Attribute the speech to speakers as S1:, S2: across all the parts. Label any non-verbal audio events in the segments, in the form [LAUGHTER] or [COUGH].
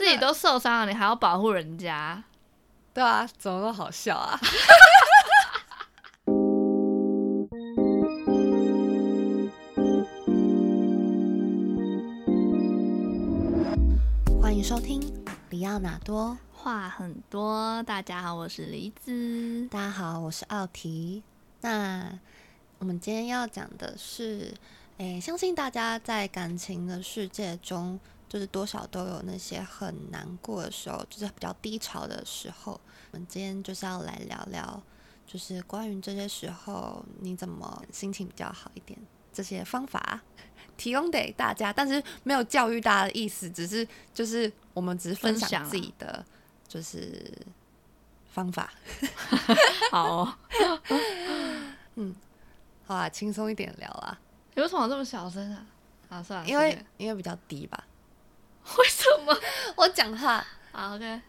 S1: 己都受伤了，你还要保护人家？
S2: 对啊，怎么那么好笑啊？ [LAUGHS] 欢迎收听里奥纳多，
S1: 话很多，大家好，我是梨子。
S2: 大家好，我是奥提。那我们今天要讲的是，诶，相信大家在感情的世界中，就是多少都有那些很难过的时候，就是比较低潮的时候。我们今天就是要来聊聊，就是关于这些时候你怎么心情比较好一点，这些方法 [LAUGHS] 提供给大家，但是没有教育大家的意思，只是就是我们只是分
S1: 分享
S2: 享
S1: 啊
S2: 自己的就是方法。
S1: 好、 [LAUGHS] 哦，
S2: 好啊，轻松一点聊啊，
S1: 有什么这么小声啊？好，算了，
S2: 因为
S1: 随便
S2: 因为比较低吧。
S1: 为什么？
S2: [LAUGHS] 我讲话，
S1: [LAUGHS] 好，OK，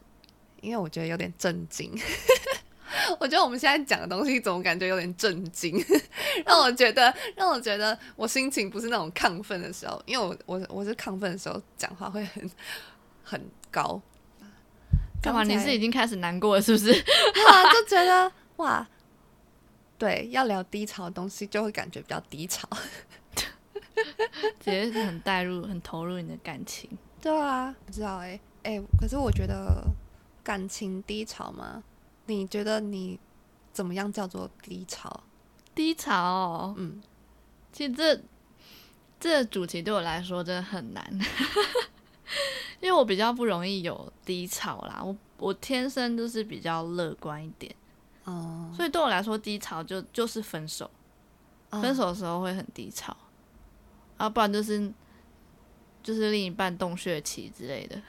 S2: 因为我觉得有点震惊。 [LAUGHS] 我觉得我们现在讲的东西，总感觉有点震惊， [LAUGHS] 让我觉得，让我觉得我心情不是那种亢奋的时候，因为我我我是亢奋的时候讲话会很很高。
S1: 干嘛？
S2: 刚才
S1: 你
S2: [LAUGHS]
S1: 是已经开始难过了，是不是？
S2: 哇，就觉得哇，对，要聊低潮的东西，就会感觉比较低潮。
S1: 直接是很带入、很投入你的感情。
S2: 对啊，不知道哎、哎、可是我觉得感情低潮嘛，你觉得你怎么样叫做低潮？
S1: 低潮、哦，
S2: 嗯，
S1: 其实这这主题对我来说真的很难， [LAUGHS] 因为我比较不容易有低潮啦。我我天生就是比较乐观一点，
S2: 哦、
S1: 所以对我来说低潮就就是分手，
S2: 啊
S1: 分手的时候会很低潮，啊，不然就是就是另一半洞穴期之类的。 [LAUGHS]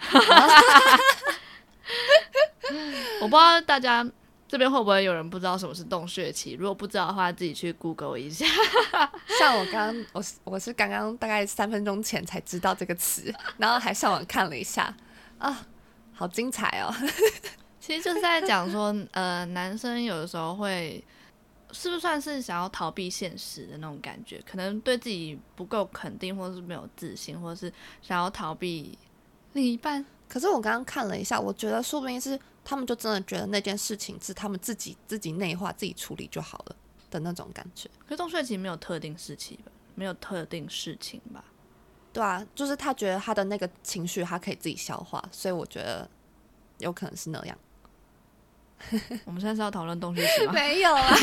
S1: 我不知道大家这边会不会有人不知道什么是洞穴期，如果不知道的话，自己去 Google 一下。
S2: 像我刚刚，我是我是刚刚大概三分钟前才知道这个词，然后还上网看了一下，啊，好精彩哦！
S1: 其实就是在讲说，呃，男生有的时候会，是不是算是想要逃避现实的那种感觉？可能对自己不够肯定，或是没有自信，或是想要逃避另一半。
S2: 可是我刚刚看了一下，我觉得说不定是他们就真的觉得那件事情是他们自己自己内化、自己处理就好了的那种感觉。
S1: 可是洞穴期没有特定时期吧？没有特定事情吧？
S2: 对啊，就是他觉得他的那个情绪他可以自己消化，所以我觉得有可能是那样。
S1: 我们现在是要讨论洞穴期
S2: [LAUGHS]
S1: 吗？
S2: 没有啊，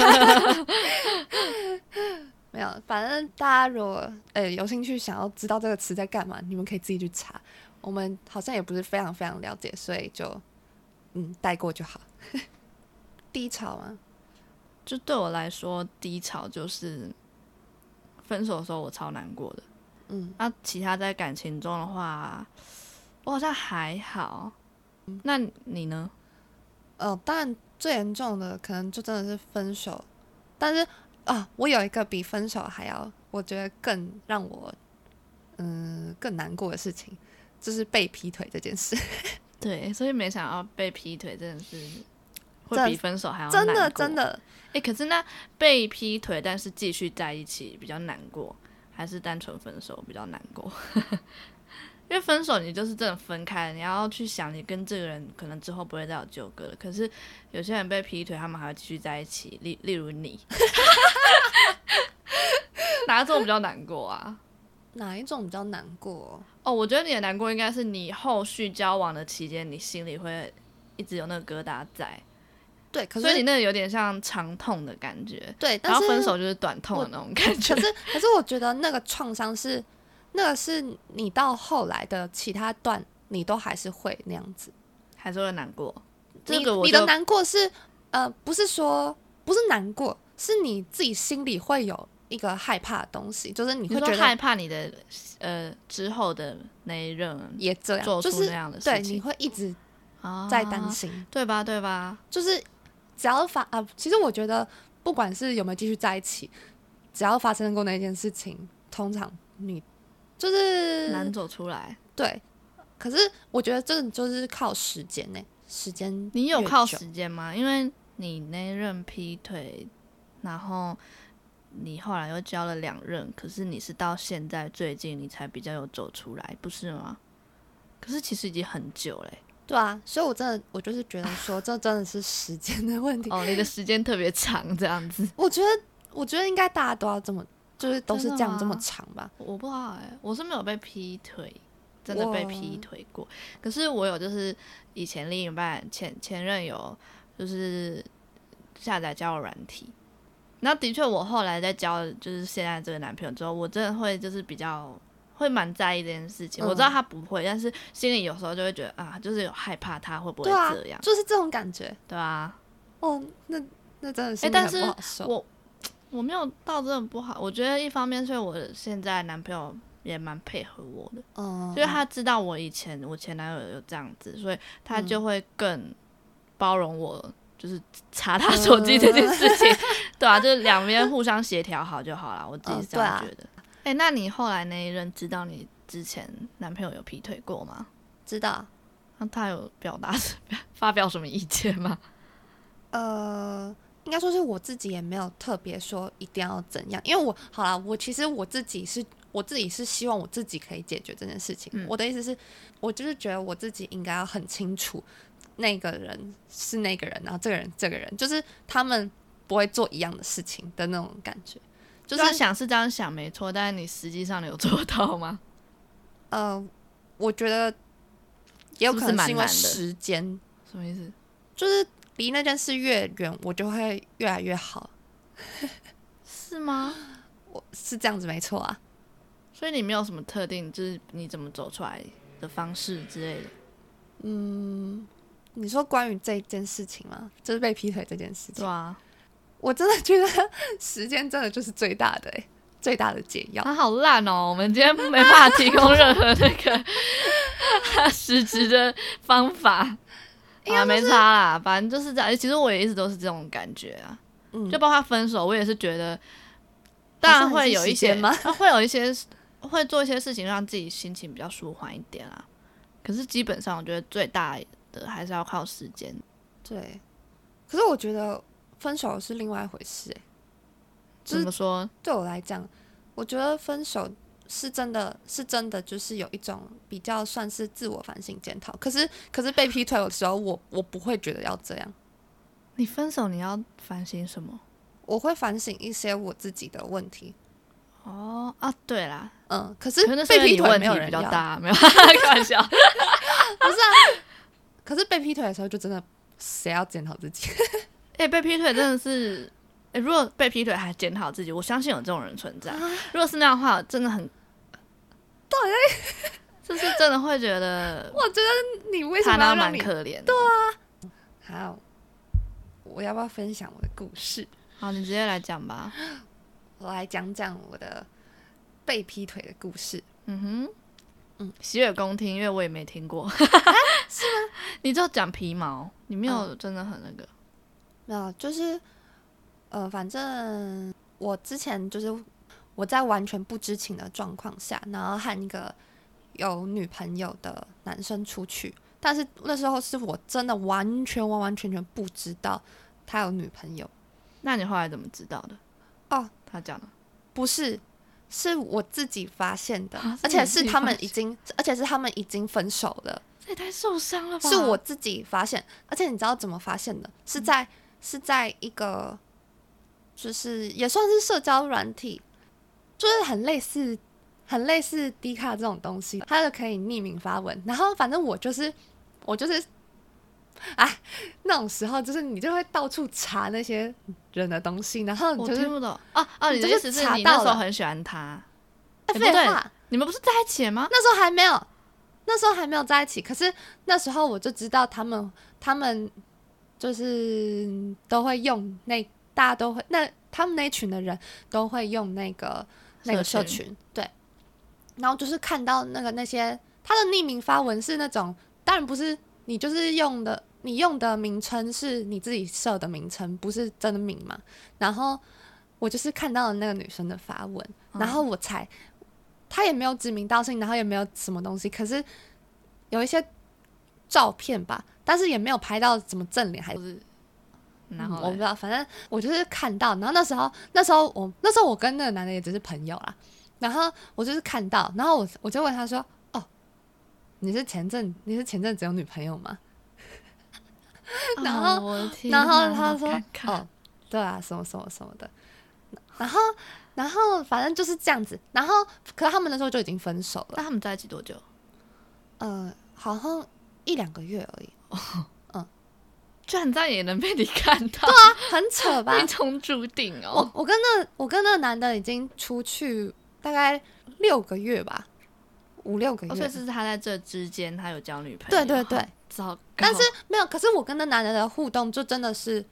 S2: 没有。反正大家如果呃、有兴趣想要知道这个词在干嘛，你们可以自己去查。我们好像也不是非常非常了解，所以就嗯带过就好。 [LAUGHS] 低潮吗？
S1: 就对我来说，低潮就是分手的时候我超难过的。
S2: 嗯，
S1: 那、其他在感情中的话，我好像还好。那你呢？
S2: 呃，当然最严重的可能就真的是分手，但是啊，我有一个比分手还要，我觉得更让我嗯、更难过的事情，就是被劈腿这件事。
S1: 对，所以没想到被劈腿真的是会
S2: 真
S1: 比分手还要
S2: [LAUGHS] 真的
S1: 难过
S2: 真。的，
S1: 哎、可是那被劈腿但是继续在一起比较难过，还是单纯分手比较难过？ [LAUGHS] 因为分手你就是真的分开了，你要去想你跟这个人可能之后不会再有纠葛了。可是有些人被劈腿，他们还会继续在一起，例例如你， [LAUGHS] 哪种比较难过啊？
S2: 哪一种比较难过？
S1: 哦，我觉得你的难过应该是你后续交往的期间，你心里会一直有那个疙瘩在，
S2: 对，可
S1: 所以你
S2: 是
S1: 那个有点像长痛的感觉，
S2: 对，但
S1: 然后
S2: 是
S1: 分手就是短痛的那种感觉
S2: 可。是可是我觉得那个创伤是，那个是你到后来的其他段，你都还是会那样子。
S1: 还是会难过。
S2: 你
S1: 这个我
S2: 你的
S1: 就
S2: 难过是呃，不是说不是难过，是你自己心里会有一个害怕的东西，就是你
S1: 你
S2: 会
S1: 说
S2: 觉
S1: 害
S2: 得
S1: 怕你的呃之后的那一任
S2: 也这样，
S1: 做
S2: 就
S1: 出
S2: 是
S1: 那样的
S2: 对，
S1: 事
S2: 你
S1: 情，
S2: 会一直
S1: 啊
S2: 在担心。
S1: 对吧？对吧？
S2: 就是只要发啊，其实我觉得不管是有没有继续在一起，只要发生过那件事情，通常你就是
S1: 难走出来。
S2: 对。可是我觉得真的就是靠时间呢、时间
S1: 你有
S2: 越
S1: 靠
S2: 久
S1: 时间吗？因为你那一任劈腿，然后你后来又交了两任，可是你是到现在最近你才比较有走出来，不是吗？可是其实已经很久嘞、
S2: 对啊，所以我真的我就是觉得说，这真的是时间的问题。
S1: 哦，你的时间特别长，这样子。
S2: 我觉得，我觉得应该大家都要这么，就是都是
S1: 真的
S2: 这样这么
S1: 吗
S2: 长吧。
S1: 我不知道哎、我是没有被劈腿，真的被
S2: 哇
S1: 劈腿过。可是我有就是以前另一半前前任有就是下载交友软体，那的确我后来在交就是现在这个男朋友之后，我真的会就是比较。会蛮在意这件事情，
S2: 嗯
S1: 我知道他不会，但是心里有时候就会觉得啊，就是有害怕他会不会
S2: 对啊
S1: 这样，，
S2: 就是这种感觉。
S1: 对啊，
S2: 哦，那那真的是
S1: 哎但
S2: 很
S1: 是
S2: 不好受。
S1: 我我没有到真的不好，我觉得一方面是我现在男朋友也蛮配合我的，
S2: 嗯，
S1: 就是他知道我以前我前男友有这样子，所以他就会更包容我，就是查他手机这件事情， [LAUGHS] 对啊，就是两边互相协调好就好了，我自己是这样
S2: 嗯对啊
S1: 觉得。哎、那你后来那一任知道你之前男朋友有劈腿过吗？
S2: 知道。
S1: 那他有表达 [LAUGHS] 发表什么意见吗？ [LAUGHS]
S2: 呃，应该说是我自己也没有特别说一定要怎样，因为我好啦，我其实我自己是我自己是希望我自己可以解决这件事情。
S1: 嗯
S2: 我的意思是，我就是觉得我自己应该要很清楚那个人是那个人，然后这个人这个人，就是他们不会做一样的事情的那种感觉。就
S1: 就是
S2: 是
S1: 想是这样想没错，但是你实际上有做到吗？ [LAUGHS]
S2: 呃，我觉得也有
S1: 是不
S2: 可
S1: 是
S2: 能
S1: 蛮
S2: 是因为
S1: 难的
S2: 时间，
S1: 什么意思？
S2: 就是离那件事越远，我就会越来越好。
S1: 是吗？
S2: 我是这样子没错啊。
S1: 所以你没有什么特定，就是你怎么走出来的方式之类的。
S2: 你说关于这件事情吗？就是被劈腿这件事
S1: 对
S2: 情，
S1: 啊，
S2: 我真的觉得时间真的就是最大的、欸、 [LAUGHS] 最大的解药。
S1: 他好烂哦！我们今天没办法提供任何那个啊实质的方法。
S2: 应
S1: 啊，没差啦，反正就是这样。其实我也一直都是这种感觉啊，
S2: 嗯，
S1: 就包括分手，我也是觉得，当
S2: 好像
S1: 然会有一些
S2: 也是时间吗
S1: 啊 [LAUGHS] 会有一些会做一些事情让自己心情比较舒缓一点啦。可是基本上，我觉得最大的还是要靠时间。
S2: 对。可是我觉得分手是另外一回事、欸。就
S1: 怎
S2: 是
S1: 么说？
S2: 对我来讲，我觉得分手是真的是真的，就是有一种比较算是自我反省检讨。可是可是被劈腿的时候，我我不会觉得要这样，
S1: 你分手你要反省什么？
S2: 我会反省一些我自己的问题。
S1: 哦啊，对啦，
S2: 嗯，可是
S1: 可能那是
S2: 被
S1: 因为
S2: 劈
S1: 你
S2: 腿
S1: 问
S2: 没
S1: 题
S2: 有人
S1: 比较
S2: 要
S1: 大，没有 [LAUGHS] 开玩笑。
S2: 可是被劈腿的时候，就真的谁要检讨自己？ [LAUGHS]
S1: 哎、被劈腿真的是，哎、如果被劈腿还检讨自己，我相信有这种人存在。
S2: 啊
S1: 如果是那样的话，真的
S2: [LAUGHS]
S1: 很，到底就是真的会觉得
S2: 我觉得你为
S1: 他
S2: 什么
S1: 那
S2: 要让
S1: 蛮
S2: 你？
S1: 可怜。对啊，
S2: 好，我要不要分享我的故事？
S1: 好，你直接来讲吧。
S2: 我来讲讲我的被劈腿的故事。
S1: 嗯哼，嗯，洗耳恭听，因为我也没听过。
S2: 啊
S1: [LAUGHS] 是吗？你就讲皮毛，你没
S2: 嗯
S1: 有真的很那个。
S2: 没有，就是呃，反正我之前就是我在完全不知情的状况下，然后和一个有女朋友的男生出去，但是那时候是我真的完全完完全全不知道他有女朋友。
S1: 那你后来怎么知道的？
S2: 哦，
S1: 他讲的。
S2: 不是，是我自己发现的，
S1: 啊是
S2: 而
S1: 你
S2: 且
S1: 自
S2: 是
S1: 己
S2: 他
S1: 发
S2: 们
S1: 现
S2: 已经，而且是他们已经分手了，
S1: 这也太受伤 [LAUGHS] 了吧！
S2: 是我自己发现，而且你知道怎么发现的？是
S1: 嗯
S2: 在、是在一个，就是也算是社交软体，就是很类似。很类似低卡这种东西，它就可以匿名发文。然后反正我就是我就是，哎，那种时候就是你就会到处查那些人的东西，然后你
S1: 我
S2: 就是
S1: 听不懂啊啊！
S2: 你
S1: 你的
S2: 就
S1: 意
S2: 是
S1: 思是
S2: 查
S1: 你
S2: 到
S1: 那时候
S2: 了
S1: 很喜欢他？
S2: 哎
S1: 哎不
S2: 废
S1: 对
S2: 话，
S1: 你们不是在一起了吗？
S2: 那时候还没有，那时候还没有在一起。可是那时候我就知道他们，他们就是都会用那，大家都会那他们那群的人都会用那个那个社
S1: 社
S2: 群，对。然后就是看到那个那些他的匿名发文是那种，当然不是你就是用的，你用的名称是你自己设的名称，不是真的名嘛。然后我就是看到了那个女生的发文，
S1: 嗯
S2: 然后我才，她也没有指名道姓，然后也没有什么东西，可是有一些照片吧，但是也没有拍到什么正脸还
S1: 不
S2: 是。
S1: 是，嗯然
S2: 嗯我
S1: 后
S2: 不知
S1: 嘞
S2: 道，反正我就是看到，然后那时候那时候我那时候我跟那个男的也只是朋友啦，然后我就是看到，然后我我就问他说，哦，你是前阵你是前阵子有女朋友吗？
S1: [LAUGHS]
S2: 然
S1: 哦
S2: 后
S1: 我的天
S2: 然后
S1: 哪
S2: 他
S1: 好
S2: 说
S1: 尴：“尬
S2: 哦，对啊，什么什么什么的。”然后，然后反正就是这样子。然后，可是他们那时候就已经分手了
S1: 那，他们在一起多久？
S2: 呃，好像一两个月而已，
S1: 居然这样也能被你看到，
S2: 很
S1: [LAUGHS]
S2: 扯吧？
S1: 命中啊注定
S2: 我
S1: 哦。
S2: 我跟那我跟那男的已经出去大概六个月吧，五六个
S1: 哦所
S2: 月。
S1: 以是他在这之间，他有交女朋友。
S2: 对对对
S1: 好糟糕。
S2: 但是没有，可是我跟那男的的互动就真的是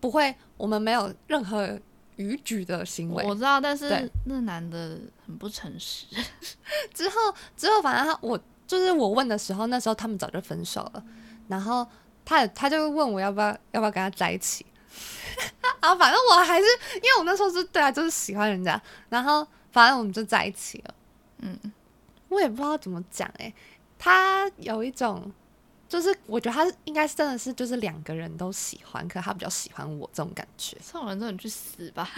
S2: 不会，我们没有任何逾矩的行为
S1: 我。知道，但是
S2: 对
S1: 那男的很不诚 [LAUGHS] 实。
S2: 之后之后，反正他我就是我问的时候，那时候他们早就分手了，然后他也他就问我要不要要不要跟他在一起， [LAUGHS] 啊，反正我还是因为我那时候是对啊，就是喜欢人家，然后反正我们就在一起了，
S1: 嗯，
S2: 我也不知道怎么讲诶、他有一种。就是我觉得他应该是真的是就是两个人都喜欢，可他比较喜欢我这种感觉。
S1: 这种人真的去死吧！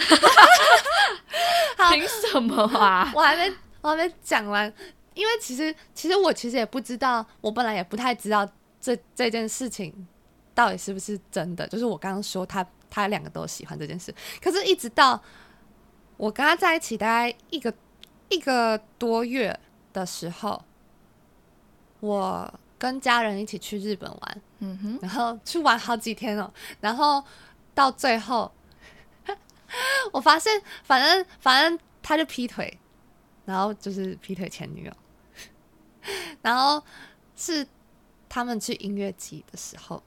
S2: 好
S1: [LAUGHS] 凭什么啊？
S2: 我还没我还没讲完，因为其实其实我其实也不知道，我本来也不太知道这这件事情到底是不是真的，就是我刚刚说他他两个都喜欢这件事，可是一直到我跟他在一起大概一个一个多月的时候，我跟家人一起去日本玩，
S1: 嗯哼，
S2: 然后去玩好几天哦，然后到最后， [LAUGHS] 我发现反正反正他就劈腿，然后就是劈腿前女友，然后是他们去音乐季的时候，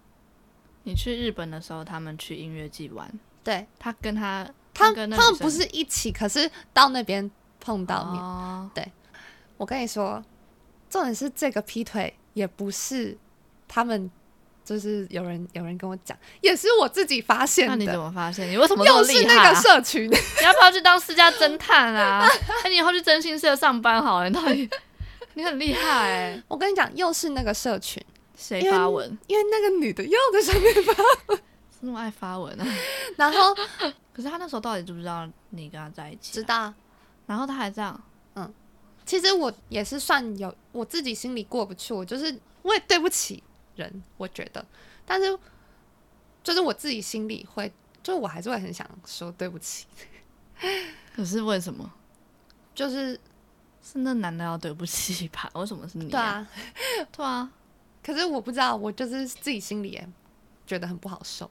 S1: 你去日本的时候，他们去音乐季玩，
S2: 对
S1: 他跟他
S2: 他
S1: 跟
S2: 们
S1: 那
S2: 他
S1: 女
S2: 们
S1: 生
S2: 不是一起，可是到那边碰到面。
S1: 哦
S2: 我跟你说，重点是这个劈腿也不是他们。就是有人有人跟我讲，也是我自己发现
S1: 那你怎
S2: 的，
S1: 么发现？你为什么这么
S2: 又是
S1: 厉害、
S2: 那
S1: 啊
S2: 个？社
S1: [LAUGHS]
S2: 群，
S1: 你要不要去当私家侦探啊？ [LAUGHS] 哎，你以后去征信社上班好了，你到 [LAUGHS] 底你很厉害哎、
S2: 我跟你讲，又是那个社群，
S1: 谁发文？
S2: 因为那个女的又在上面发，
S1: 这么爱发文啊？
S2: 然后
S1: 可是他那时候到底知不知道你跟他在一起
S2: 知
S1: 啊、
S2: 道，
S1: 然后他还这样，
S2: 其实我也是算有我自己心里过不去，我就是我也对不起人，我觉得，但是就是我自己心里会，就我还是会很想说对不起，
S1: 可是为什么？
S2: 就是
S1: 是那男的要对不起吧？为什么是你、
S2: 对，啊，
S1: 对啊，
S2: 可是我不知道，我就是自己心里也觉得很不好受。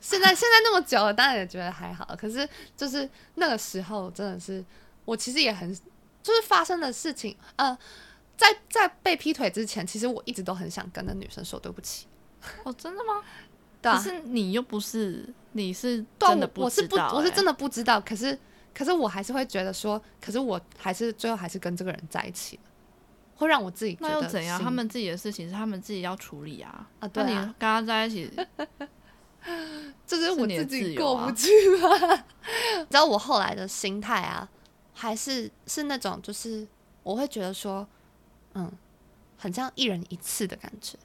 S2: 现在 [LAUGHS] 现在那么久了，当然也觉得还好。可是就是那个时候，真的是我其实也很，就是发生的事情，呃，在在被劈腿之前，其实我一直都很想跟那女生说对不起，
S1: 哦，真的吗？
S2: 对啊
S1: 可，是你又不是，你是
S2: 对啊
S1: 真的
S2: 我我是
S1: 知道、欸
S2: 我是真
S1: 的，
S2: 的不知道。可是可是我还是会觉得说，可是我还是最后还是跟这个人在一起了，会让我自己觉
S1: 那
S2: 得
S1: 又怎样？
S2: 心
S1: 他们自己的事情是他们自己要处理啊。
S2: 啊，对
S1: 那你
S2: 啊
S1: 跟，他在一起，
S2: 就是
S1: 是
S2: 我
S1: 你的自
S2: 自己
S1: 由
S2: 过
S1: 啊
S2: 不去吧。 [LAUGHS] 你知道我后来的心态啊，还是是那种，就是我会觉得说，嗯，很像一人一次的感觉。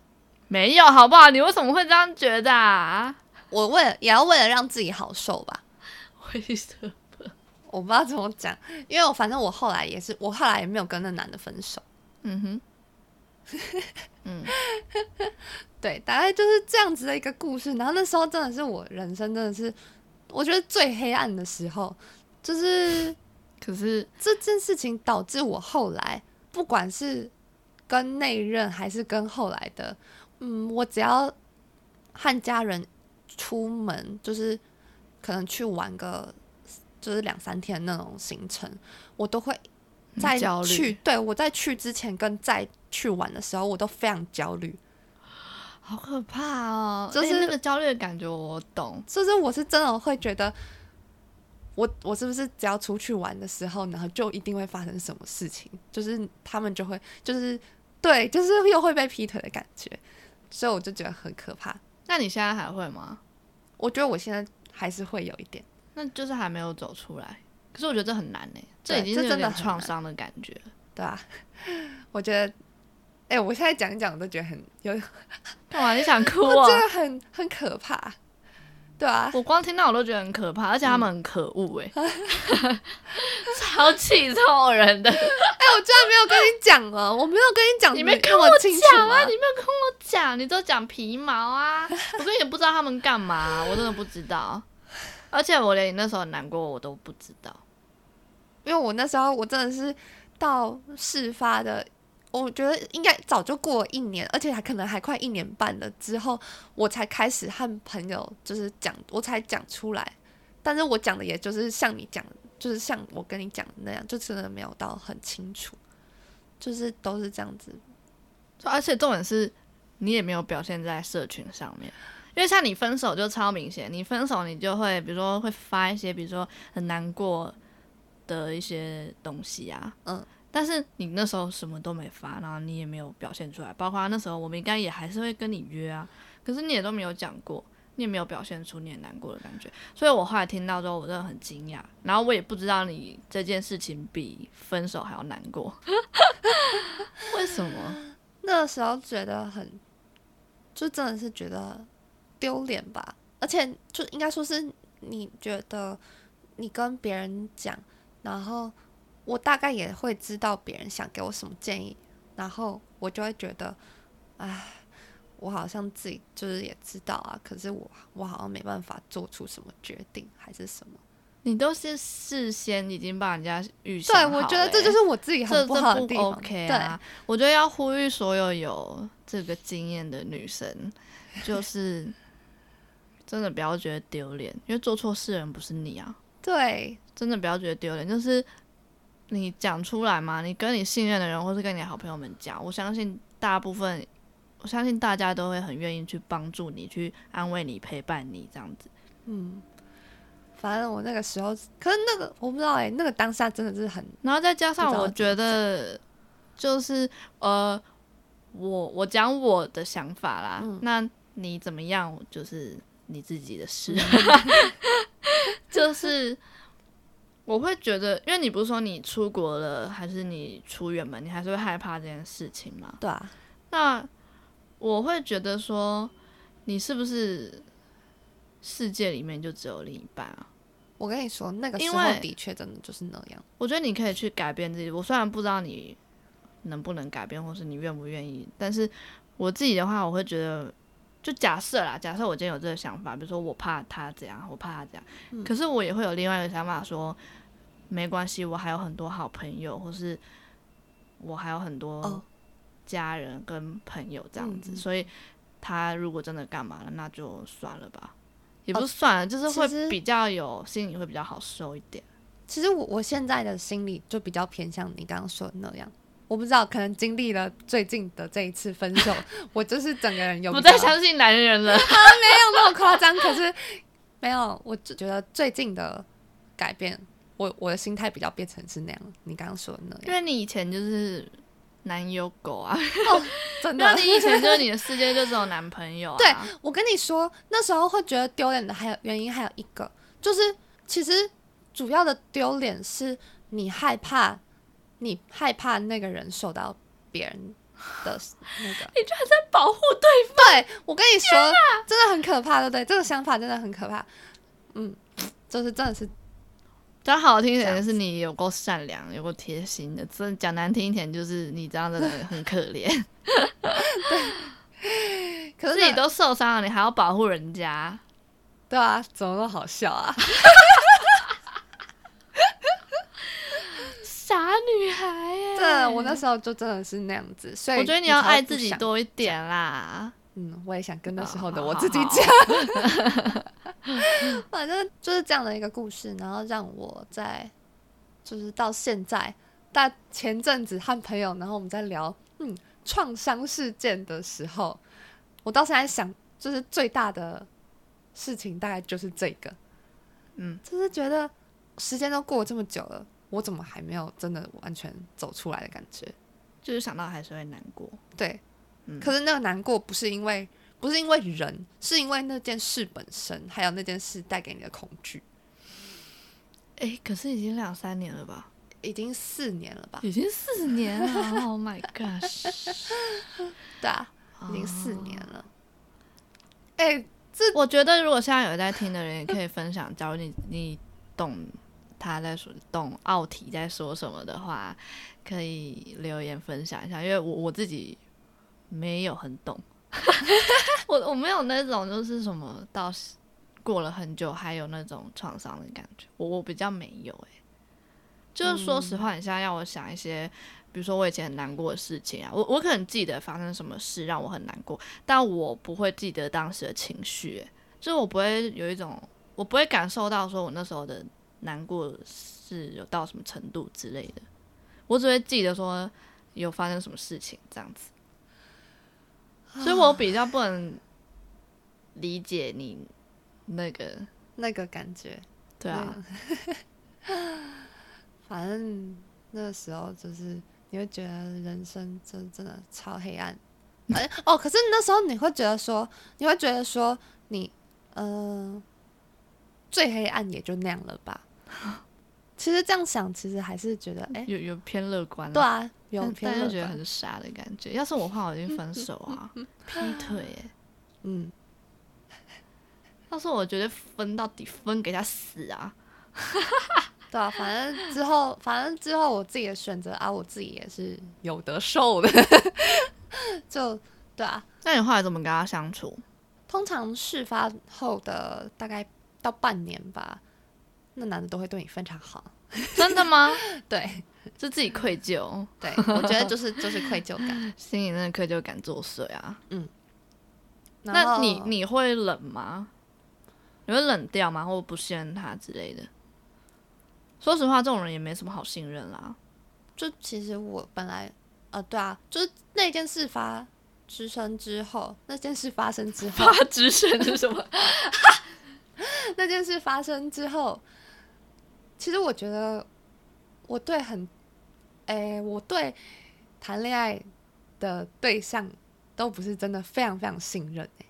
S1: 没有好不好？你为什么会这样觉得 [LAUGHS] 啊？
S2: 我为了也要为了让自己好受吧，
S1: 为什么？
S2: 我不知道怎么讲，因为我反正我后来也是，我后来也没有跟那男的分手。
S1: 嗯哼，嗯，
S2: 对，大概就是这样子的一个故事。然后那时候真的是我人生真的是，我觉得最黑暗的时候，就是
S1: 可是
S2: 这件事情导致我后来，不管是跟那一任还是跟后来的，嗯，我只要和家人出门，就是可能去玩个就是两三天那种行程，我都会
S1: 很
S2: 在
S1: 焦虑
S2: 去，对我在去之前跟在去玩的时候，我都非常焦虑，
S1: 好可怕哦，
S2: 就是
S1: 哎那个焦虑的感觉，我懂。
S2: 就是我是真的会觉得。我我是不是只要出去玩的时候，然后就一定会发生什么事情？就是他们就会，就是对，就是又会被劈腿的感觉，所以我就觉得很可怕。
S1: 那你现在还会吗？
S2: 我觉得我现在还是会有一点，
S1: 那就是还没有走出来。可是我觉得这很难呢、这已
S2: 对
S1: 经
S2: 这
S1: 是有
S2: 真的
S1: 点
S2: 很
S1: 创
S2: 难
S1: 伤的感觉。
S2: 对吧、 [LAUGHS] 我觉得，哎、我现在讲一讲，我都觉得很有， [LAUGHS]
S1: 干嘛？你想哭
S2: 我
S1: 啊
S2: 觉？得很很可怕。对啊，
S1: 我光听到我都觉得很可怕，而且他们很可恶哎、[LAUGHS]
S2: 嗯
S1: 超气臭人的！
S2: 哎、我居然没有跟你讲啊，我没有跟 [LAUGHS] 你讲，
S1: 你没
S2: 跟
S1: 跟我
S2: 清楚
S1: 讲
S2: 吗
S1: 啊，你没有跟我讲，你都讲皮毛啊，我根本也不知道他们干嘛、我真的不知道。而且我连你那时候很难过我都不知道，
S2: 因为我那时候我真的是到事发的，我觉得应该早就过了一年，而且还可能还快一年半了之后，我才开始和朋友就是讲，我才讲出来。但是我讲的也就是像你讲，就是像我跟你讲的那样，就真的没有到很清楚，就是都是这样子。
S1: 而且重点是你也没有表现在社群上面。因为像你分手就超明显，你分手你就会，比如说会发一些，比如说很难过的一些东西啊，
S2: 嗯，
S1: 但是你那时候什么都没发，然后你也没有表现出来，包括那时候我们应该也还是会跟你约啊，可是你也都没有讲过，你也没有表现出你很难过的感觉，所以我后来听到之后，我真的很惊讶，然后我也不知道你这件事情比分手还要难过， [LAUGHS] 为什么？
S2: 那时候觉得嗯很，就真的是觉得丢脸吧，而且就应该说是你觉得你跟别人讲，然后我大概也会知道别人想给我什么建议，然后我就会觉得，唉，我好像自己就是也知道啊，可是我我好像没办法做出什么决定还是什么。
S1: 你都是事先已经把人家预想
S2: 对，
S1: 好
S2: 我觉得
S1: 了
S2: 这就
S1: 欸
S2: 是我自己
S1: 这这
S2: 很好的
S1: 不
S2: 地方。
S1: OK
S2: 对，
S1: 啊！我觉得要呼吁所有有这个经验的女生，就是 [LAUGHS] 真的不要觉得丢脸，因为做错事的人不是你啊！
S2: 对，
S1: 真的不要觉得丢脸，就是你讲出来嘛，你跟你信任的人，或是跟你的好朋友们讲，我相信大部分，我相信大家都会很愿意去帮助你，去安慰你、陪伴你这样子。
S2: 嗯，反正我那个时候，可是那个我不知道哎、那个当下真的是很
S1: 然后再加上，
S2: 不知道
S1: 我觉得就是呃，我我讲我的想法啦，
S2: 嗯
S1: 那你怎么样就是你自己的事，
S2: 嗯
S1: [LAUGHS] 就是我会觉得，因为你不是说你出国了，还是你出远门，你还是会害怕这件事情嘛？
S2: 对啊，
S1: 那我会觉得说，你是不是世界里面就只有另一半啊？
S2: 我跟你说，那个时
S1: 因
S2: 候
S1: 为
S2: 的确真的就是那样。
S1: 我觉得你可以去改变自己。我虽然不知道你能不能改变，或是你愿不愿意，但是我自己的话，我会觉得，就假设啦，假设我今天有这个想法，比如说我怕他怎样，我怕他怎样，
S2: 嗯
S1: 可是我也会有另外一个想法说，没关系，我还有很多好朋友，或是我还有很多
S2: 哦
S1: 家人跟朋友这样子，
S2: 嗯嗯
S1: 所以他如果真的干嘛了，那就算了吧。也不是算了，就是
S2: 哦其实
S1: 会比较有心里会比较好受一点。
S2: 其实我我现在的心理就比较偏向你刚刚说的那样。我不知道，可能经历了最近的这一次分手，
S1: [LAUGHS]
S2: 我就是整个人有
S1: 不
S2: 比较
S1: 再相信男人了。
S2: 没有那么夸张，可是没有，我只觉得最近的改变，我我的心态比较变成是那样，你刚刚说的那
S1: 因
S2: 样，
S1: 为你以前就是男友狗 [LAUGHS] 啊，
S2: 真
S1: 那
S2: 的。
S1: 你以前就是你的世界就只有男朋友啊。
S2: 对我跟你说，那时候会觉得丢脸的还有原因，还有一个就是，其实主要的丢脸是你害怕，你害怕那个人受到别人的那个。
S1: [LAUGHS] 你居然在保护对，
S2: 对我跟你说，真的很可怕，对不对？这个想法真的很可怕。嗯，就是真的是
S1: 讲好听一点就是你有够善良，有够贴心的。真的讲难听一点就是你这样真的很可 [LAUGHS] 怜，
S2: 可是
S1: 自己
S2: 那
S1: 都受伤了，你还要保护人家。
S2: 对啊，怎么那么好笑啊？
S1: 哎傻女孩欸耶！
S2: 对，我那时候就真的是那样子，所以
S1: 我觉得你要
S2: 才会
S1: 爱
S2: 不
S1: 自己
S2: 想。
S1: 多一点啦。
S2: 嗯，我也想跟那时候的
S1: 好
S2: 我
S1: 啊好
S2: 自己
S1: 好
S2: 讲。
S1: [LAUGHS]
S2: 反正就是这样的一个故事，然后让我在就是到现在，但前阵子和朋友，然后我们在聊嗯创伤事件的时候，我到现在想，就是最大的事情大概就是这个，
S1: 嗯，
S2: 就是觉得时间都过了这么久了，我怎么还没有真的完全走出来的感觉？
S1: 就是想到还是会难过。
S2: 对，
S1: 嗯
S2: 可是那个难过不是因为不是因为人，是因为那件事本身，还有那件事带给你的恐惧。
S1: 哎、可是已经两三年了吧？
S2: 已经四年了吧？
S1: [LAUGHS] 已经四年了，Oh my gosh！哦
S2: 对啊，已经四年了。哎、
S1: 我觉得如果现在有在听的人，也可以分享。假如你你懂他在说懂奥体在说什么的话，可以留言分享一下，因为我我自己没有很懂， [LAUGHS] 我我没有那种就是什么到过了很久还有那种创伤的感觉，我我比较没有诶、就是说实话，你现在要我想一些，比如说我以前很难过的事情啊，我我可能记得发生什么事让我很难过，但我不会记得当时的情绪、欸，就是我不会有一种，我不会感受到说我那时候的难过是有到什么程度之类的，我只会记得说有发生什么事情这样子，
S2: 啊
S1: 所以我比较不能理解你那个，
S2: [LAUGHS] 那个感觉，
S1: 对啊，
S2: 反正那时候就是你会觉得人生真真的超黑暗，哎哦，可是那时候你会觉得说，你会觉得说你呃最黑暗也就那样了
S1: [LAUGHS]
S2: 吧。其实这样想，其实还是觉得哎、
S1: 有有偏乐观了，
S2: 对啊，有
S1: 但
S2: 偏
S1: 但
S2: 乐
S1: 嗯就觉得
S2: 观
S1: 很傻的感觉。要是我的话，我一定分手
S2: [LAUGHS]
S1: 啊，劈腿耶、
S2: 嗯，
S1: 要是我绝对分到底，分给他死啊！
S2: 对啊，反正之后，反正之后我自己的选择啊，我自己也是有得受的， [LAUGHS] 就对啊。
S1: 那你后来怎么跟他相处？
S2: 通常事发后的大概到半年吧，那男的都会对你非常好。
S1: [LAUGHS] 真的吗？
S2: [LAUGHS] 对
S1: 就自己愧疚，
S2: 对，我觉得就是就是愧疚 [LAUGHS] 感。
S1: 心里那个愧疚感作祟啊。
S2: 然
S1: 那
S2: 后
S1: 你你会冷吗？你会冷掉吗？或不信任他之类的？说实话，这种人也没什么好信任啦。
S2: 就其实我本来呃对啊，就是那件事发之生之后，那件事发生之后，
S1: 直神是什么？
S2: 那件事发生之后，其实我觉得我对很，诶、我对谈恋爱的对象都不是真的非常非常信任、欸，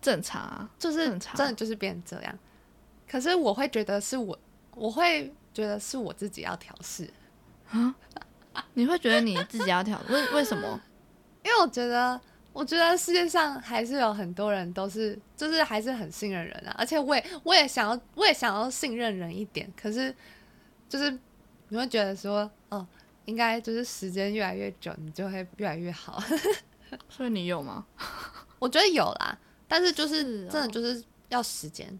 S1: 正常啊，
S2: 就是
S1: 正常
S2: 真的就是变成这样。可是我会觉得是我，我会觉得是我自己要调试，
S1: 你会觉得你自己要调，为为什么？
S2: 因为我觉得，我觉得世界上还是有很多人都是，就是还是很信任人啊。而且我也我也想要，我也想要信任人一点，可是就是你会觉得说，哦，应该就是时间越来越久，你就会越来越好。 [LAUGHS]
S1: 所以你有吗？
S2: 我觉得有啦，但是就是
S1: 是哦
S2: 真的就是要时间，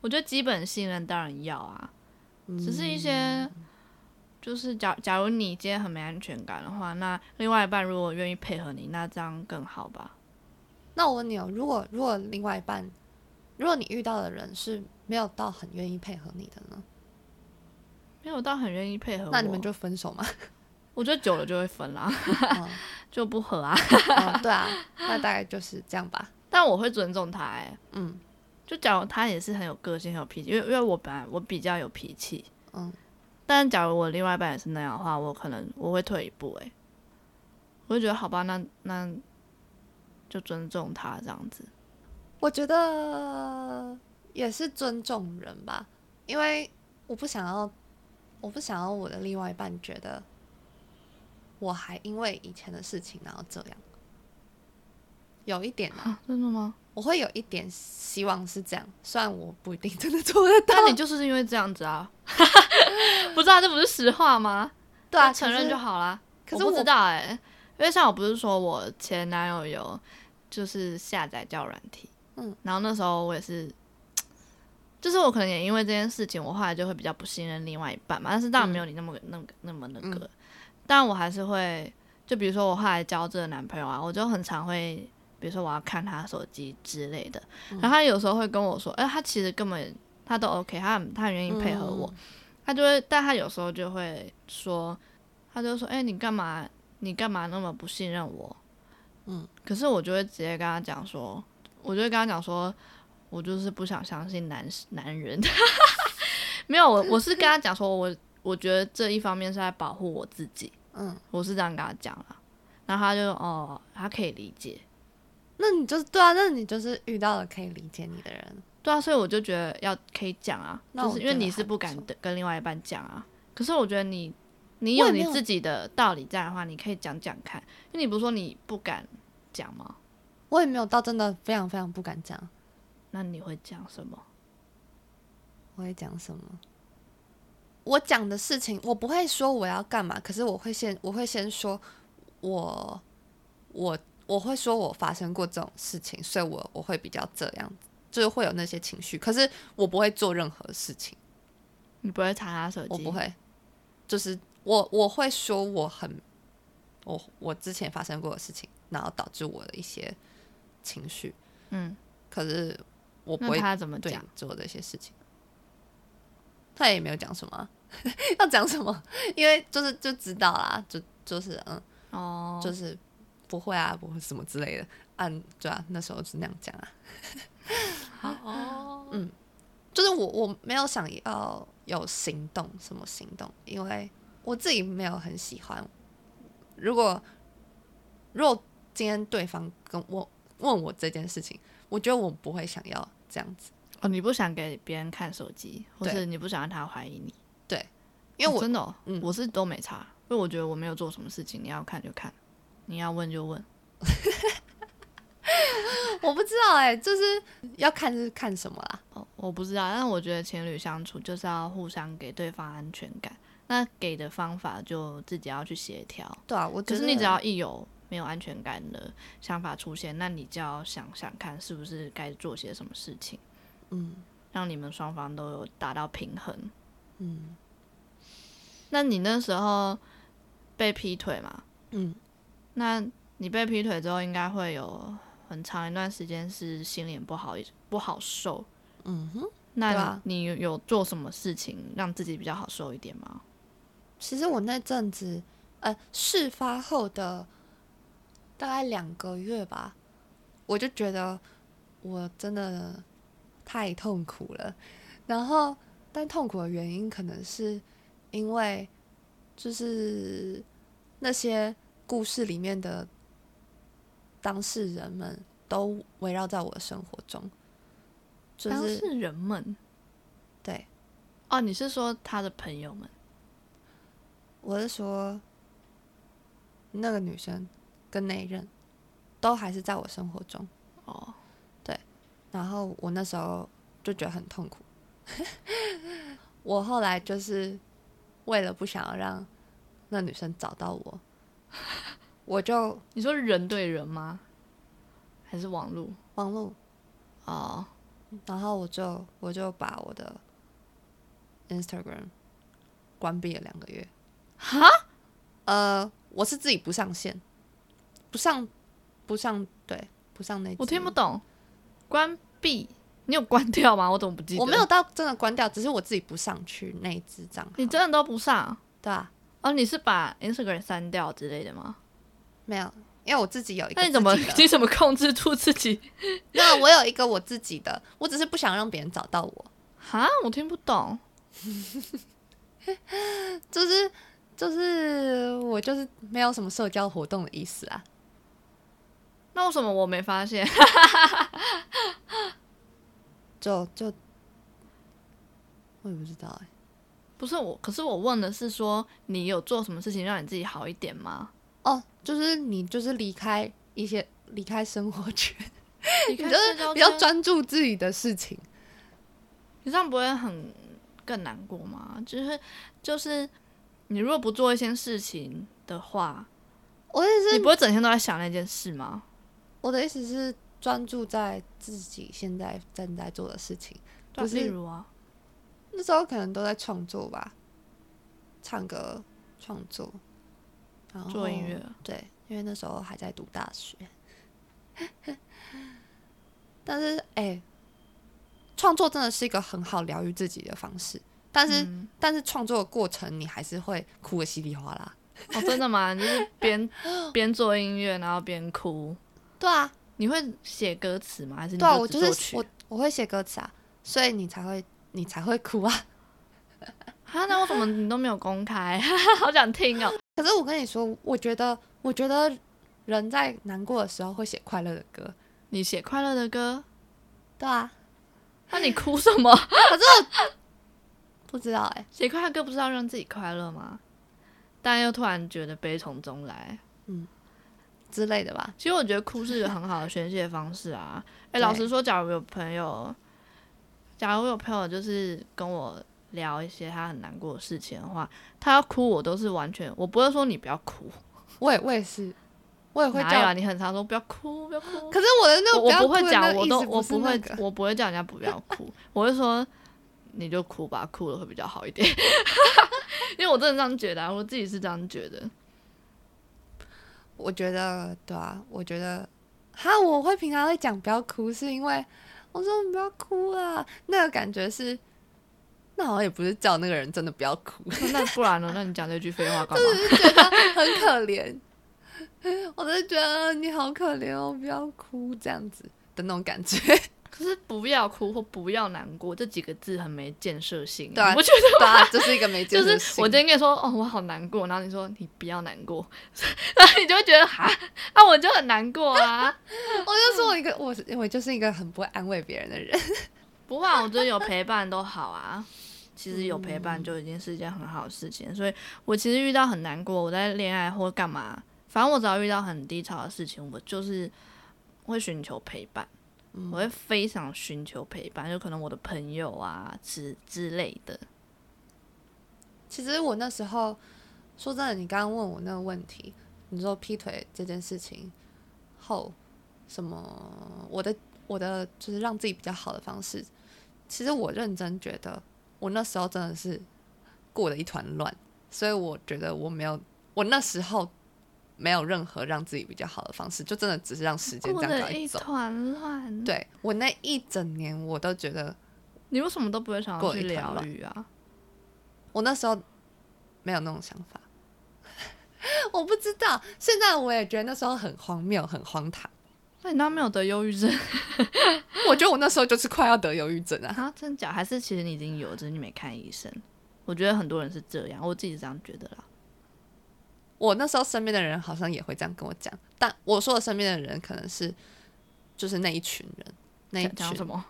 S1: 我觉得基本信任当然要啊，只是一些，就是假假如你今天很没安全感的话，那另外一半如果愿意配合你，那这样更好吧？
S2: 那我问你哦，如果如果另外一半，如果你遇到的人是没有到很愿意配合你的呢，
S1: 没有到很愿意配合我，
S2: 那你们就分手嘛？
S1: 我觉得久了就会分啦，
S2: 嗯
S1: [LAUGHS] 就不合啊。
S2: [LAUGHS] 嗯对啊，那大概就是这样吧。
S1: 但我会尊重他、欸，
S2: 嗯
S1: 就假如他也是很有个性、很有脾气，因为因为我本来我比较有脾气，
S2: 嗯，
S1: 但假如我另外一半也是那样的话，我可能我会退一步、欸，我就觉得好吧，那那就尊重他这样子。
S2: 我觉得也是尊重人吧，因为我不想要，我不想要我的另外一半觉得我还因为以前的事情然后这样，有一点啊，
S1: 啊，真的吗？
S2: 我会有一点希望是这样，虽然我不一定真的做
S1: [LAUGHS]
S2: 得到。
S1: 但你就是因为这样子啊， [LAUGHS] 不知道、这不是实话吗？
S2: 对啊，
S1: 就承认就
S2: 好。
S1: 好啦。
S2: 可是
S1: 我
S2: 我
S1: 不知道哎、因为像我不是说我前男友有就是下载交友软体，
S2: 嗯，
S1: 然后那时候我也是，就是我可能也因为这件事情，我后来就会比较不信任另外一半嘛，但是当然
S2: 嗯
S1: 没有你那么、那么那么那个，但我还是会，就比如说我后来交这个男朋友啊，我就很常会。比如说我要看他手机之类的，然后他有时候会跟我说，哎、他其实根本他都 OK，他很他很愿意配合我，他就会，但他有时候就会说，他就说，哎、你干嘛？你干嘛那么不信任我？嗯，可是我就会直接跟他讲说，我就会跟他讲说，我就是不想相信男男人。 [LAUGHS] 没有，我我是跟他讲说，我我觉得这一方面是在保护我自己，
S2: 嗯，
S1: 我是这样跟他讲啦。然后他就哦，他可以理解，
S2: 那你就是对啊，那你就是遇到了可以理解你的人，
S1: 对啊，所以我就觉得要可以讲啊，
S2: 那
S1: 就
S2: 我
S1: 是因
S2: 觉
S1: 为
S2: 得
S1: 你
S2: 还
S1: 是
S2: 不
S1: 不敢
S2: 错
S1: 的跟另外一半讲啊。可是我觉得你，你有
S2: 我也没
S1: 你
S2: 有
S1: 自己的道理在的话，你可以讲讲看。因为你不是说你不敢讲吗？
S2: 我也没有到真的非常非常不敢讲，
S1: 那你会讲什么？
S2: 我会讲什么？我讲的事情，我不会说我要干嘛，可是我会先，我会先说我，我我会说我发生过这种事情，所以我我会比较这样子，就是会有那些情绪，可是我不会做任何事情，
S1: 你不会查他手机？
S2: 我不。会，就是我我会说我很，我我之前发生过的事情，然后导致我的一些情绪，
S1: 嗯，
S2: 可是我不
S1: 那
S2: 会
S1: 他怎么
S2: 对你
S1: 讲？
S2: 做的一些事情。他也没有讲什么啊、 [LAUGHS] 要讲什么？因为就是就知道啦，就就是嗯，
S1: 哦，
S2: 就是不会啊，不会什么之类的。按、对啊，那时候是那样讲啊。
S1: 好哦，嗯，
S2: 就是我我没有想要有行动什么行动，因为我自己没有很喜欢。如果如果今天对方跟我问我这件事情，我觉得我不会想要这样子，
S1: 哦，你不想给别人看手机，或
S2: 对
S1: 是你不想让他怀疑你？
S2: 因为
S1: 哦
S2: 我
S1: 真的哦、
S2: 嗯
S1: 我是都没查，因为我觉得我没有做什么事情，你要看就看，你要问就问。
S2: [LAUGHS] 我不知道哎、就是要看是看什么啦。
S1: 哦，我不知道，但是我觉得情侣相处就是要互相给对方安全感，那给的方法就自己要去协调。
S2: 对啊，我
S1: 可
S2: 觉
S1: 是
S2: 得
S1: 你只要一有没有安全感的想法出现，那你就要想想看是不是该做些什么事情，
S2: 嗯
S1: 让你们双方都有达到平衡。
S2: 嗯
S1: 那你那时候被劈腿嘛？
S2: 嗯，
S1: 那你被劈腿之后，应该会有很长一段时间是心里很不好不好受。
S2: 嗯哼，对
S1: 那
S2: 啊
S1: 你有做什么事情让自己比较好受一点吗？
S2: 其实我那阵子呃事发后的大概两个月吧，我就觉得我真的太痛苦了。然后，但痛苦的原因可能是因为就是那些故事里面的当事人们都围绕在我的生活中，就
S1: 当
S2: 是
S1: 事人们
S2: 对。
S1: 哦，你是说他的朋友们？
S2: 我是说，那个女生跟那一任都还是在我生活中，
S1: 哦，
S2: 然后我那时候就觉得很痛苦。 [LAUGHS] 我后来就是为了不想要让那女生找到我， [LAUGHS] 我就
S1: 你说人对人吗？还是网络？
S2: 网路，
S1: 哦，
S2: 然后我就我就把我的 Instagram 关闭了两个月。
S1: 哈，
S2: 呃，我是自己不上线，不上不上，对，不上那集
S1: 我听不懂。关闭，你有关掉吗？我怎么不记得？
S2: 我没有，到真的关掉，只是我自己不上去那一只账号。
S1: 你真的都不上
S2: 对啊？
S1: 哦？你是把 Instagram 删掉之类的吗？
S2: 没有，因为我自己有一个
S1: 那你怎么
S2: 自己的
S1: [LAUGHS] 你怎么控制住自己？
S2: 那我有一个我自己的，我只是不想让别人找到我，
S1: 哈，我听不懂。
S2: 就是就是我就是没有什么社交活动的意思啊。
S1: 那为什么我没发现？ [LAUGHS]
S2: 就就我也不知道哎、
S1: 不是我，可是我问的是说，你有做什么事情让你自己好一点吗？
S2: 哦，就是你就是离开一些离开生活圈，
S1: [LAUGHS] 你
S2: 你
S1: 看
S2: 就
S1: 社交
S2: 是比较
S1: 圈
S2: 专注自己的事情。
S1: 你这样不会很更难过吗？就是就是，你如果不做一件事情的话，
S2: 我也
S1: 你
S2: 是，
S1: 不会整天都在想那件事吗？
S2: 我的意思是专注在自己现在正在做的事情。
S1: 对啊
S2: 不是
S1: 例如啊，
S2: 那时候可能都在创作吧，唱歌、创作，然后
S1: 做音乐。
S2: 对，因为那时候还在读大学。但是，哎、创作真的是一个很好疗愈自己的方式。但是，
S1: 嗯
S2: 但是创作的过程，你还是会哭的稀里哗啦。
S1: 哦，真的吗？你 [LAUGHS] 就是
S2: [GASPS]
S1: 边边做音乐，然后边哭。
S2: 对啊，
S1: 你会写歌词吗？还是你
S2: 对啊，
S1: 就
S2: 我
S1: 只
S2: 就
S1: 作
S2: 是
S1: 曲
S2: 我我会写歌词啊，所以你才会你才会哭啊。 [LAUGHS]
S1: 啊？那为什么你都没有公开？ [LAUGHS] 好想听哦。
S2: 可是我跟你说，我觉得我觉得人在难过的时候会写快乐的歌。
S1: 你写快乐的歌，
S2: 对啊，
S1: 那你哭什么？ [LAUGHS]
S2: 不知道哎、
S1: 写快乐歌不是要让自己快乐吗？但又突然觉得悲从中来。
S2: 嗯，之类的吧。
S1: 其实我觉得哭是一个很好的宣泄方式啊。哎、老实说，假如有朋友，假如有朋友就是跟我聊一些他很难过的事情的话，他要哭我都是完全，我不会说你不要哭，
S2: 我也我也是，我也会
S1: 哪有
S2: 叫
S1: 啊？。你很常说不要哭，不要哭。
S2: 可是我 [LAUGHS] 的那个
S1: 我
S2: 要
S1: 我不
S2: 哭
S1: 会
S2: 的那
S1: 讲，
S2: 个
S1: 我
S2: 意
S1: 都
S2: 思
S1: 我
S2: 不是
S1: 不会
S2: 那个，
S1: 我不会叫人家不要哭， [LAUGHS] 我会说你就哭吧，哭了会比较好一点。 [LAUGHS] 因为我真的这样觉得、啊，我自己是这样觉得。
S2: 我觉得对啊，我觉得哈，我会平常会讲不要哭，是因为我说不要哭啊，那个感觉是，那好像也不是叫那个人真的不要哭，
S1: 那不然呢？那你讲这句废话干嘛？
S2: 很可怜，我就觉得你好可怜哦，不要哭这样子的那种感
S1: [LAUGHS]
S2: 觉，
S1: 可是不要哭或不要难过这几个字很没建设性，
S2: 对啊
S1: 你不觉得？
S2: 对啊，就是一个没建
S1: 就
S2: 设
S1: 是
S2: 性
S1: 我今天跟你说，哦，我好难过，然后你说 [LAUGHS] 你不要难过，然后你就会觉得哈，啊，我就很难过啊。 [LAUGHS]
S2: 我就说我一个我是我就是一个很不会安慰别人的人，
S1: 不怕，我觉得有陪伴都好啊。其实有陪
S2: 嗯
S1: 伴就已经是一件很好的事情，所以我其实遇到很难过，我在恋爱或干嘛，反正我只要遇到很低潮的事情，我就是会寻求陪伴，
S2: 嗯
S1: 我会非常寻求陪伴，就可能我的朋友啊之之类的。
S2: 其实我那时候说真的，你刚刚问我那个问题，你说劈腿这件事情后，什么我的我的就是让自己比较好的方式，其实我认真觉得我那时候真的是过得一团乱，所以我觉得我没有我那时候没有任何让自己比较好的方式，就真的只是让时间这
S1: 过
S2: 样
S1: 得
S2: 赶
S1: 一
S2: 你走。
S1: 团乱。，
S2: 对我那一整年，我都觉得
S1: 你为什么都不会想要
S2: 过
S1: 去
S2: 得一团
S1: 疗
S2: 乱
S1: 愈啊？
S2: 我那时候没有那种想法， [LAUGHS] 我不知道。现在我也觉得那时候很荒谬、很荒唐。
S1: 那你那没有得忧郁症
S2: 我觉得我那时候就是快要得忧郁症啊。
S1: [LAUGHS] 啊？真假？还是其实你已经有，只是你没看医生？我觉得很多人是这样，我自己是这样觉得啦。
S2: 我那时候身边的人好像也会这样跟我讲，但我说的身边的人可能是就是那一群人，那一
S1: 讲讲什
S2: 群
S1: 么？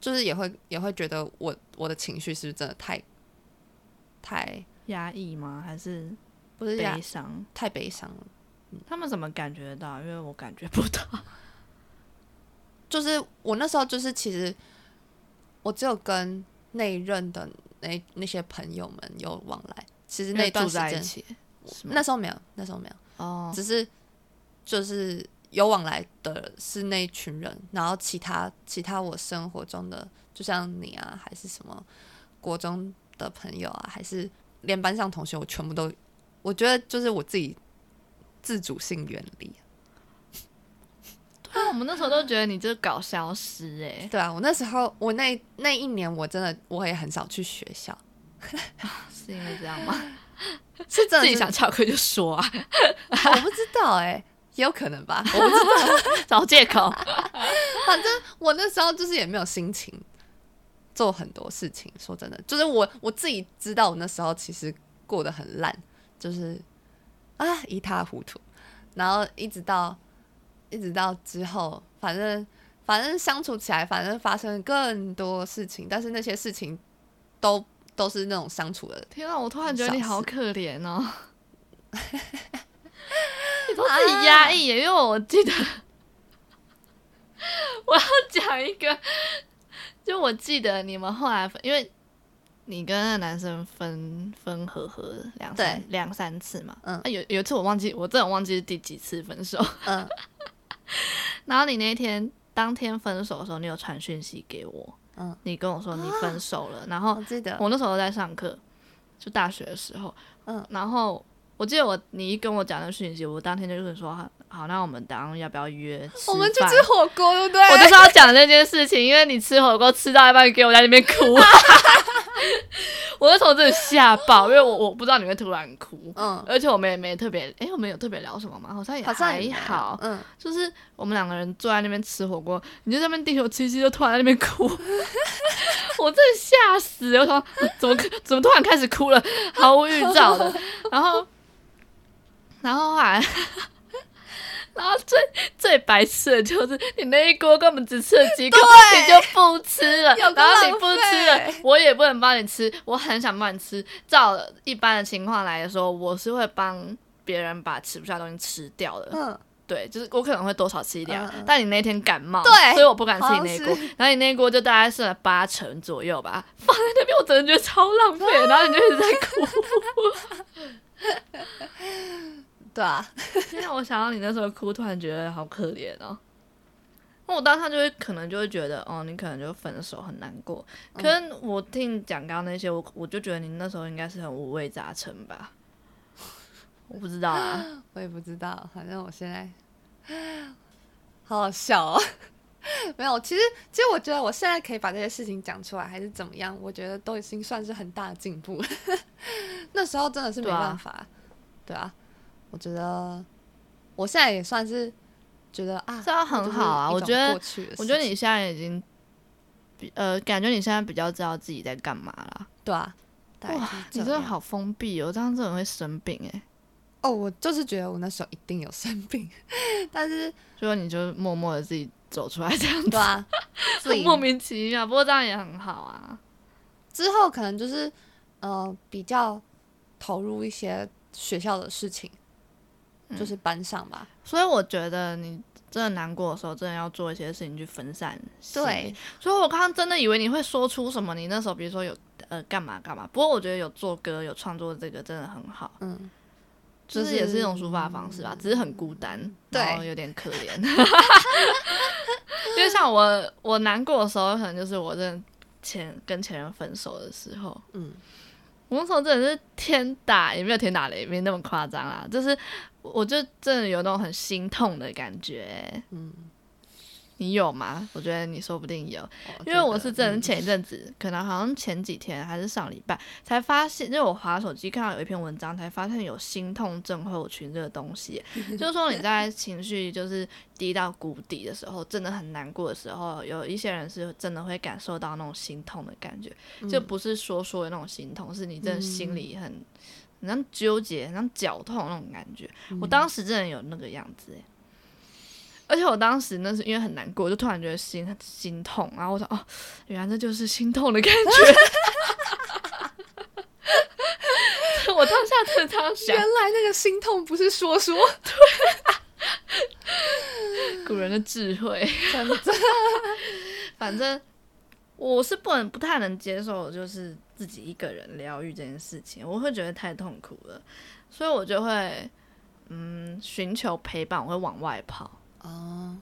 S2: 就是也会也会觉得我我的情绪是不是真的太太
S1: 压抑吗？还是嗯
S2: 不是呀
S1: 悲伤？
S2: 太悲伤了，
S1: 他们怎么感觉到？因为我感觉不到。
S2: 就是我那时候就是其实我只有跟那一任的那那些朋友们有往来，其实
S1: 因
S2: 那
S1: 为
S2: 一段
S1: 住
S2: 时
S1: 在一
S2: 间
S1: 起，是吗
S2: 那时候没有，那时候没有，
S1: 哦，
S2: 只是就是有往来的是那一群人，然后其他其他我生活中的，就像你啊，还是什么国中的朋友啊，还是连班上同学，我全部都，我觉得就是我自己自主性远离。
S1: 对啊，我们那时候都觉得你就是搞消失哎、
S2: 对啊，我那时候我那那一年我真的我也很少去学
S1: [LAUGHS]
S2: 校，
S1: 是因为这 [LAUGHS] 样吗？
S2: 是真
S1: 自
S2: 的
S1: 己
S2: 是
S1: 想翘课就说啊，
S2: 我不知道哎、也有可能
S1: [LAUGHS]
S2: 吧，我不知
S1: 找借口。
S2: 反正我那时候就是也没有心情做很多事情。说真的，就是我我自己知道，我那时候其实过得很烂，就是啊一塌糊涂。然后一直到一直到之后，反正反正相处起来，反正发生更多事情，但是那些事情都都是那种相处的。
S1: [LAUGHS] 天啊，我突然觉得你好
S2: 小
S1: 可怜哦。你都
S2: 啊
S1: 自己压抑耶，因为我记得 [LAUGHS] 我要讲一个，就我记得你们后来分，因为你跟那个男生分分合合两三
S2: 对
S1: 两三次嘛，
S2: 嗯
S1: 啊、有有一次我忘记，我真的忘记是第几次分手。
S2: 嗯，
S1: 然后你那天当天分手的时候，你有传讯息给我，
S2: 嗯，
S1: 你跟我说你分手
S2: [GASPS]
S1: 了，然后
S2: 我记得，
S1: 我那时候在上课，就大学的时候，
S2: 嗯，
S1: 然后我记得我你一跟我讲的讯息，我当天就是说，好好，那我们当要不要约吃
S2: 我们去
S1: 饭
S2: 吃火锅，对不对？
S1: 我就是要讲这件事情，因为你吃火锅吃到一半，给我在那边
S2: [LAUGHS]
S1: 哭，我那时候真的吓爆，因为我我不知道你会突然哭，
S2: 嗯，
S1: 而且我们也没特别，诶，我们有特别聊什么吗？好像也
S2: 好像也
S1: 哎还
S2: 没有
S1: 好，
S2: 嗯，
S1: 就是我们两个人坐在那边吃火锅，你就在那边地球七七就突然在那边哭， [LAUGHS] 我真的吓死了！我想说怎么可怎么突然开始哭了，毫无预兆的。然后，然后后来， [LAUGHS] 然后最最白痴的就是你那一锅根本只吃了几口，
S2: 对
S1: 你就不吃了，
S2: 有
S1: 然
S2: 够
S1: 后你
S2: 浪
S1: 不吃了
S2: 费，
S1: 我也不能帮你吃。我很想帮你吃，照一般的情况来说，我是会帮别人把吃不下的东西吃掉的。
S2: 嗯，
S1: 对，就是我可能会多少吃一点，啊
S2: 嗯嗯
S1: 但你那天感冒，
S2: 对
S1: 所以我不敢吃你
S2: 好像
S1: 那一锅
S2: 是。
S1: 然后你那一锅就大概剩了八成左右吧，放在那边我真的觉得超浪
S2: [LAUGHS]
S1: 费，然后你就一直在哭。
S2: 对啊，
S1: 现在我想到你那时候哭，突然觉得好可怜哦。那我当下就会可能就会觉得，哦，你可能就分手很难过。
S2: 嗯
S1: 可是我听你讲刚刚那些，我我就觉得你那时候应该是很五味杂陈吧。我不知道
S2: [LAUGHS]
S1: 啊，
S2: 我也不知道，反正我现在好好笑哦。 [LAUGHS] 没有，其实其实我觉得我现在可以把这些事情讲出来，还是怎么样，我觉得都已经算是很大的进步。 [LAUGHS] 那时候真的是没
S1: 对啊
S2: 办法，对啊，我觉得我现在也算是觉得啊，
S1: 这样很好啊
S2: 那
S1: 我
S2: 就是
S1: 觉
S2: 一种
S1: 得
S2: 过去的
S1: 我觉得
S2: 事
S1: 你现在已经比呃，感觉你现在比较知道自己在干嘛啦。
S2: 情对啊，大概
S1: 哇
S2: 就是
S1: 你
S2: 这
S1: 真的
S2: 样
S1: 好封闭哦，这样真的会生病哎。
S2: 哦，我就是觉得我那时候一定有生病，但
S1: [LAUGHS]
S2: 是
S1: 所以你就默默的自己走出来这 [LAUGHS] 样
S2: 对啊，自
S1: 子，
S2: 己
S1: 莫名其妙。不过这样也很好啊。
S2: 之后可能就是呃比较投入一些学校的事情，
S1: 嗯
S2: 就是班上吧。
S1: 所以我觉得你真的难过的时候，真的要做一些事情去分散。
S2: 对，，
S1: 所以我刚刚真的以为你会说出什么，你那时候比如说有呃干嘛干嘛。不过我觉得有做歌、有创作这个真的很好，
S2: 嗯，
S1: 就
S2: 就是是
S1: 也是一种抒发方式吧，只是很孤单，
S2: 对
S1: 然后有点可怜。 [LAUGHS] 因为像我，我难过的时候，可能就是我真的前跟前任分手的时候，
S2: 嗯，
S1: 我那时候真的是天打，也没有天打雷，没那么夸张啦，就是我就真的有那种很心痛的感觉，
S2: 嗯，
S1: 你有吗？我觉得你说不定有，因
S2: 觉
S1: 为我
S2: 得
S1: 是真的
S2: 嗯
S1: 前一阵子，可能好像前几天还是上礼拜才发现，因为我滑手机看到有一篇文章，才发现有心痛症候群这个东西，就是说你在情绪就是低到谷底的时候，真的很难过的时候，有一些人是真的会感受到那种心痛的感觉，就不是说说的那种心痛，是你真的心里很。很像纠结，很像绞痛那种感觉。我当时真的有那个样子、欸，而且我当时那是因为很难过，我就突然觉得心心痛，然后我想哦，原来这就是心痛的感觉。我当下真的这样
S2: 原
S1: 想，
S2: 来那个心痛不是说 [LAUGHS] 说，
S1: 古人的智慧，[LAUGHS]
S2: 真的
S1: 反正我是不能不太能接受，就是自己一个人疗愈这件事情，我会觉得太痛苦了，所以我就会嗯寻求陪伴，我会往外跑。
S2: 哦，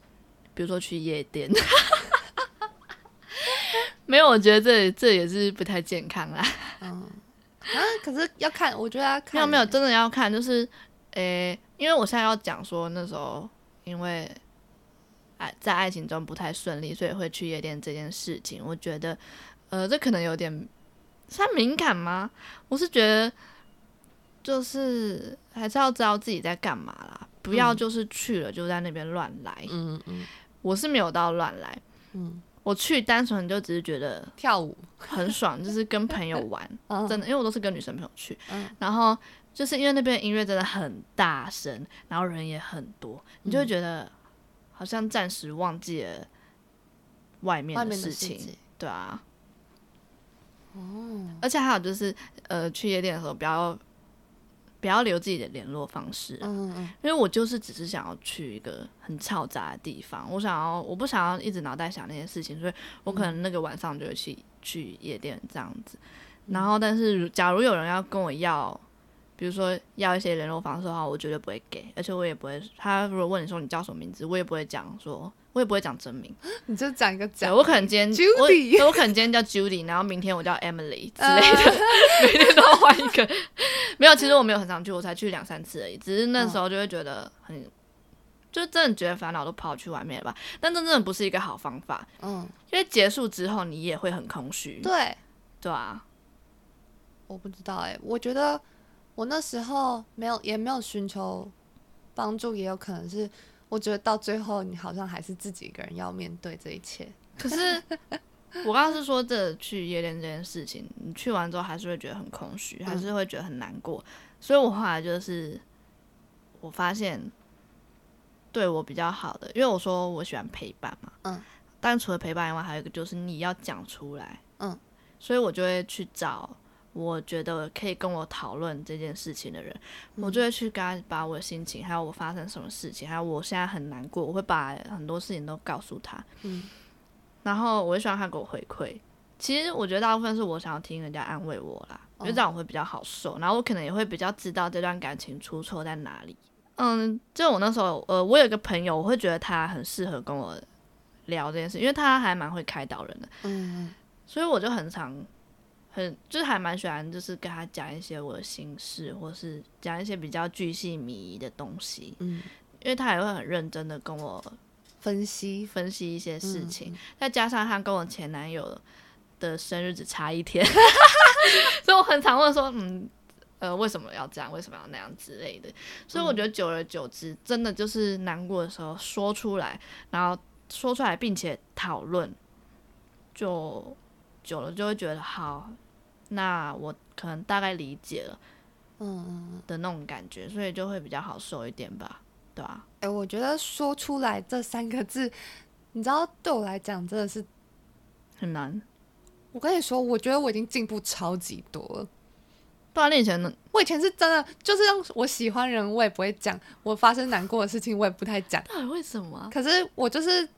S1: 比如说去夜店。 [LAUGHS] 没有，我觉得这这也是不太健康啦。
S2: 嗯啊，可是要看，我觉得要看
S1: 没有没有，真的要看，就是诶、因为我现在要讲说那时候因为爱在爱情中不太顺利，所以会去夜店这件事情，我觉得呃，这可能有点算敏感吗？我是觉得就是还是要知道自己在干嘛啦，不要就是去了就在那边乱来。
S2: 嗯嗯
S1: 我是没有到乱来，
S2: 嗯，
S1: 我去单纯就只是觉得
S2: 跳舞，
S1: 很爽，就是跟朋友玩， [LAUGHS]
S2: 嗯
S1: 真的，因为我都是跟女生朋友去，
S2: 嗯
S1: 然后就是因为那边音乐真的很大声，然后人也很多，你就会觉得好像暂时忘记了外面
S2: 外
S1: 的
S2: 面的
S1: 事
S2: 事
S1: 情，
S2: 情 [LAUGHS]
S1: 对啊。哦，而且还有就是，呃，去夜店的时候不要不要留自己的联络方式啊、
S2: 嗯嗯
S1: 因为我就是只是想要去一个很嘈杂的地方，我想要我不想要一直脑袋想那些事情，所以我
S2: 嗯
S1: 可能那个晚上就会去、去夜店这样子。
S2: 嗯
S1: 然后，但是如假如有人要跟我要，比如说要一些联络方式的话，我绝对不会给，而且我也不会。他如果问你说你叫什么名字，我也不会讲说，我也不会讲真名。
S2: 嗯，你就讲一个
S1: 对
S2: 讲，
S1: 我可能今天
S2: Judy 啊
S1: 我对我可能今天叫 Judy，然后明天我叫 Emily 之
S2: 呃
S1: 类的，每天都要换一个。 [LAUGHS] 没有，其实我没有很常去，我才去两三次而已。只是
S2: 嗯
S1: 那时候就会觉得很，就真的觉得烦恼都跑去外面了吧。但这真的不是一个好方法，
S2: 嗯，
S1: 因为结束之后你也会很空虚。
S2: 对，
S1: 对啊，
S2: 我不知道哎、我觉得我那时候没有，也没有寻求帮助，也有可能是我觉得到最后你好像还是自己一个人要面对这一切。
S1: 可是我刚刚是说这去夜店这件事情，你去完之后还是会觉得很空虚，还
S2: 嗯
S1: 是会觉得很难过。所以我后来就是我发现对我比较好的，因为我说我喜欢陪伴嘛，
S2: 嗯，
S1: 但除了陪伴以外，还有一个就是你要讲出来，
S2: 嗯，
S1: 所以我就会去找我觉得可以跟我讨论这件事情的人，
S2: 嗯
S1: 我就会去跟他把我的心情，还有我发生什么事情，还有我现在很难过，我会把很多事情都告诉他。
S2: 嗯，
S1: 然后我也希望他给我回馈。其实我觉得大部分是我想要听人家安慰我啦，
S2: 哦
S1: 就这样我会比较好受，然后我可能也会比较知道这段感情出错在哪里。嗯，就我那时候，呃，我有一个朋友，我会觉得他很适合跟我聊这件事，因为他还蛮会开导人的，
S2: 嗯
S1: 所以我就很常很就是还蛮喜欢，就是跟他讲一些我的心事，或是讲一些比较巨细靡遗的东西，
S2: 嗯，
S1: 因为他也会很认真的跟我
S2: 分析
S1: 分析一些事
S2: 嗯
S1: 情，再加上他跟我前男友的生日只差一天， [LAUGHS] 所以我很常问说，嗯，呃，为什么要这样？为什么要那样之类的。所以我觉得久而久之，真的就是难过的时候说出来，然后说出来并且讨论，就久了就会觉得好，那我可能大概理解了
S2: 嗯嗯嗯，
S1: 的那种感觉，所以就会比较好受一点吧，对吧、啊？
S2: 哎、我觉得说出来这三个字，你知道对我来讲真的是，
S1: 很难。
S2: 我跟你说，我觉得我已经进步超级多了。
S1: 不然你以前呢
S2: 我以前是真的，就是让我喜欢人，我也不会讲；我发生难过的事情，我也不太讲。
S1: 到底为什么啊、
S2: 可是我就是，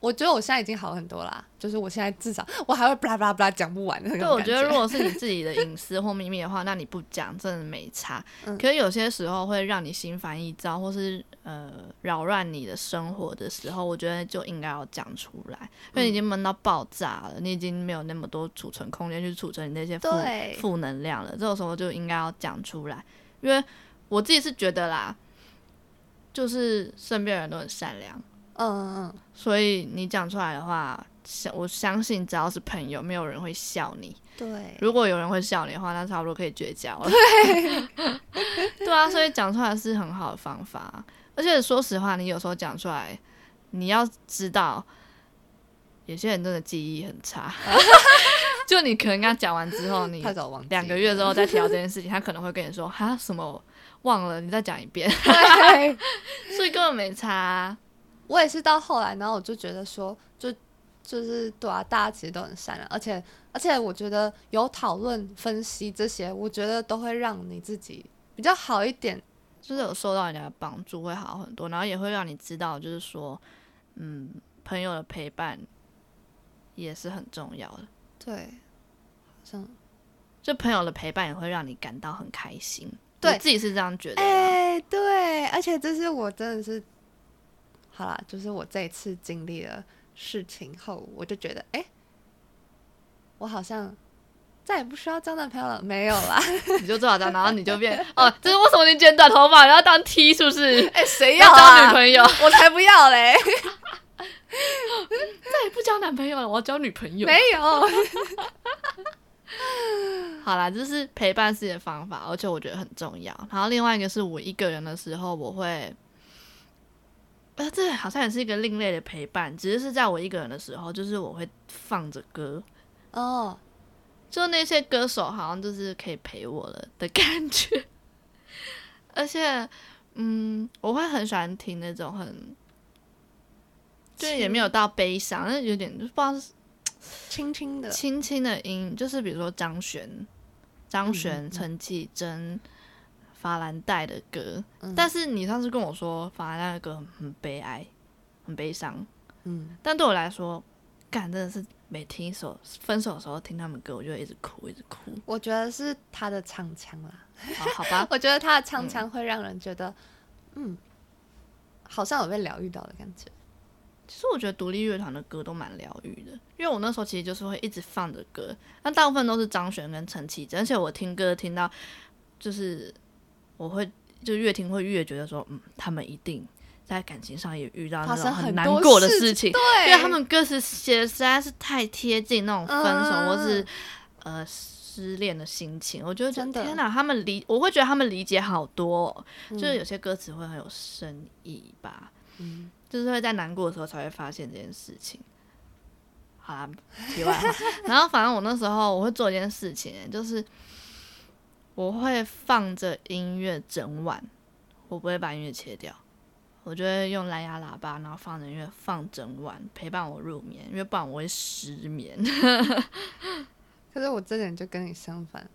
S2: 我觉得我现在已经好很多啦。就是我现在至少我还会巴拉巴拉巴拉讲不完的那
S1: 对，
S2: 种
S1: 我
S2: 感
S1: 觉得如果是你自己的隐私或秘密的话，那你不讲真的没差。
S2: [LAUGHS] 嗯
S1: 可是有些时候会让你心烦意躁，或是呃扰乱你的生活的时候，我觉得就应该要讲出来，因为你已经
S2: 嗯
S1: 闷到爆炸了，你已经没有那么多储存空间去储存你那些负
S2: 对
S1: 负能量了。这种时候就应该要讲出来，因为我自己是觉得啦，就是身边人都很善良，
S2: 嗯嗯
S1: 所以你讲出来的话，相我相信只要是朋友，没有人会笑你。
S2: 嗯，对，
S1: 如果有人会笑你的话，那差不多可以绝交了。对啊，所以讲出来是很好的方法。而且说实话，你有时候讲出来，你要知道，有些人真的记忆很 [LAUGHS] 差。就你可能跟他讲完之后， [LAUGHS] 你
S2: 太早忘记 [LAUGHS]
S1: 两个月之后再提到这件事情，他可能会跟你说：“哈，什么忘了？你再讲一遍。
S2: 对，”
S1: [LAUGHS] 所以根本没差啊、
S2: [LAUGHS] 我也是到后来，然后我就觉得说，就就是对啊，大家其实都很善良，而且而且我觉得有讨论、分析这些，我觉得都会让你自己比较好一点。
S1: 就是有受到人家的帮助会好很多，然后也会让你知道，就是说，嗯，朋友的陪伴也是很重要的。
S2: 对，好像
S1: 就朋友的陪伴也会让你感到很开心，
S2: 对
S1: 我自己是这样觉得啦。
S2: 哎、对，而且这是我真的是，好啦，就是我这一次经历了事情后，我就觉得，哎、我好像再也不需要交男朋友了，没有
S1: [LAUGHS]
S2: 啦。
S1: 你就做好这样，然后你就 [LAUGHS] 变哦，这是为什么你剪短头发，然后当 T 是不是？
S2: 哎、谁
S1: 要啊交女朋友，
S2: 我才不要
S1: [LAUGHS]
S2: 嘞，
S1: 再也不交男朋友了，我要交女朋友。
S2: 没有。
S1: 好啦，这是陪伴自己的方法，而且我觉得很重要。然后另外一个是我一个人的时候，我会，呃，这好像也是一个另类的陪伴，只是是在我一个人的时候，就是我会放着歌，
S2: 哦，
S1: 就那些歌手好像就是可以陪我了的感觉。而且，嗯，我会很喜欢听那种很，就是也没有到悲伤，但是有点就是不知道是
S2: 轻轻的，
S1: 轻轻的音，就是比如说张悬、张
S2: 嗯
S1: 悬、陈绮贞、法兰黛的歌。
S2: 嗯
S1: 但是你上次跟我说法兰黛的歌很很悲哀、很悲伤，
S2: 嗯，
S1: 但对我来说，干真的是每听一首分手的时候听他们歌，我就会一直哭，一直哭。
S2: 我觉得是他的唱腔啦。，
S1: 好好吧
S2: 我觉得他的唱腔会让人觉得，嗯好像有被疗愈到的感觉。
S1: 其实我觉得独立乐团的歌都蛮疗愈的，因为我那时候其实就是会一直放着歌，那大部分都是张悬跟陈绮贞，而且我听歌听到就是我会就越听会越觉得说，嗯，他们一定在感情上也遇到那
S2: 发
S1: 种
S2: 生
S1: 很
S2: 很
S1: 难
S2: 多
S1: 过的
S2: 事
S1: 事情，
S2: 对
S1: 因为他们歌词写的实在是太贴近那种分手、
S2: 嗯
S1: 或是呃失恋的心情，我就觉得
S2: 真的
S1: 天哪，他们理我会觉得他们理解好多哦、
S2: 嗯嗯
S1: 就是有些歌词会很有深意吧，就是会在难过的时候才会发现这件事情。好啦，题外
S2: [LAUGHS]
S1: 话，然后反正我那时候我会做一件事情、欸就是我会放着音乐整晚，我不会把音乐切掉。我就会用蓝牙喇叭，然后放着音乐放整晚，陪伴我入眠，因为不然我会失眠。
S2: 可是我这点就跟你相反，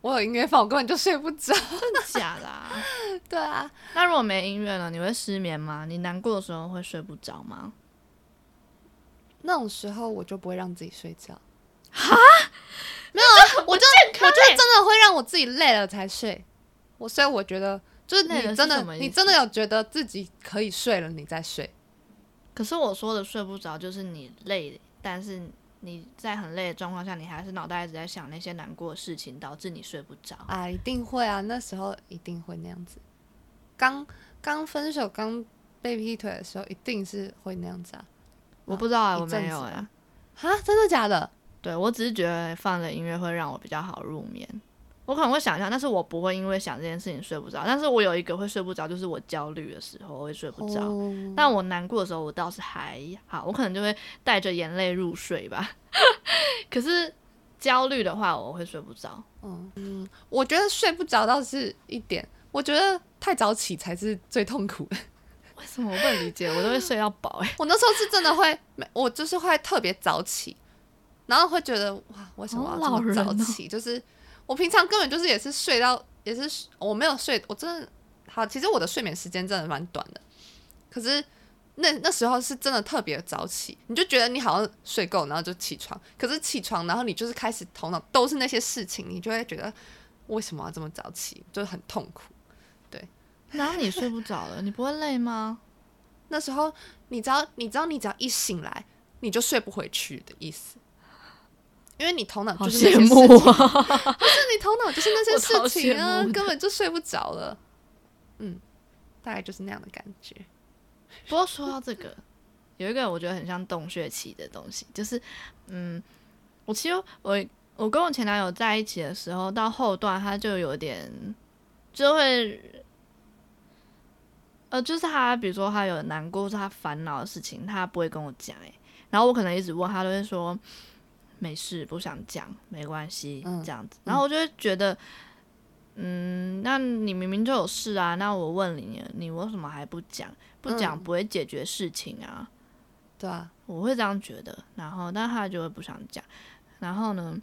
S2: 我有音乐放，我根本就睡不着。
S1: 真的假的啊、
S2: [LAUGHS] 对啊，
S1: 那如果没音乐了，你会失眠吗？你难过的时候会睡不着吗？
S2: 那种时候我就不会让自己睡觉。
S1: 我就
S2: [LAUGHS] 我觉得真的会让我自己累了才睡。我所以我觉得，就是
S1: 累了
S2: 你
S1: 是
S2: 真的
S1: 什么意思
S2: 你真的有觉得自己可以睡了，你再睡。
S1: 可是我说的睡不着，就是你累，但是你在很累的状况下，你还是脑袋一直在想那些难过的事情，导致你睡不着。
S2: 啊，一定会啊，那时候一定会那样子。刚刚分手、刚被劈腿的时候，一定是会那样子啊！
S1: 我不知道啊，
S2: 一
S1: 我没
S2: 阵
S1: 有
S2: 子
S1: 哎、
S2: 吧啊，真的假的？
S1: 对我只是觉得放着音乐会让我比较好入眠。我可能会想象，但是我不会因为想这件事情睡不着。但是我有一个会睡不着，就是我焦虑的时候我会睡不着。
S2: 哦
S1: 但我难过的时候，我倒是还好，我可能就会带着眼泪入睡吧。 [LAUGHS] 可是焦虑的话，我会睡不着。
S2: 我觉得睡不着倒是一点，我觉得太早起才是最痛苦的。
S1: 为什么我不能理解？我都会睡到饱哎、 [LAUGHS]
S2: 我那时候是真的会，没我就是会特别早起，然后会觉得哇，为什么要
S1: 好老
S2: 这么
S1: 人
S2: 早
S1: 哦
S2: 起？就是我平常根本就是也是睡到，也是我没有睡，我真的好，其实我的睡眠时间真的蛮短的，可是。那那时候是真的特别早起，你就觉得你好像睡够，然后就起床。可是起床，然后你就是开始头脑都是那些事情，你就会觉得为什么要这么早起，就是很痛苦。
S1: 然后你睡不着了，你不会累吗？
S2: 那时候你知道，你知道，你只要一醒来，你就睡不回去的意思，因为你头脑就是那些事情，不
S1: 啊！
S2: 是你头脑就是那些
S1: 我超
S2: 事情
S1: 羡
S2: 啊
S1: 慕，的
S2: 根本就睡不着了。嗯，大概就是那样的感觉。
S1: 不过说到这个，有一个我觉得很像洞穴期的东西，就是嗯，我其实我我跟我前男友在一起的时候，到后段他就有点就会。呃，就是他，比如说他有难过，或是他烦恼的事情，他不会跟我讲，诶，然后我可能一直问他，都会说没事，不想讲，没关系，
S2: 嗯
S1: 这样子。然后我就会觉得，嗯，那你明明就有事啊，那我问你，你为什么还不讲？不讲不会解决事情啊，
S2: 对啊，
S1: 我会这样觉得。然后，但他就会不想讲。然后呢，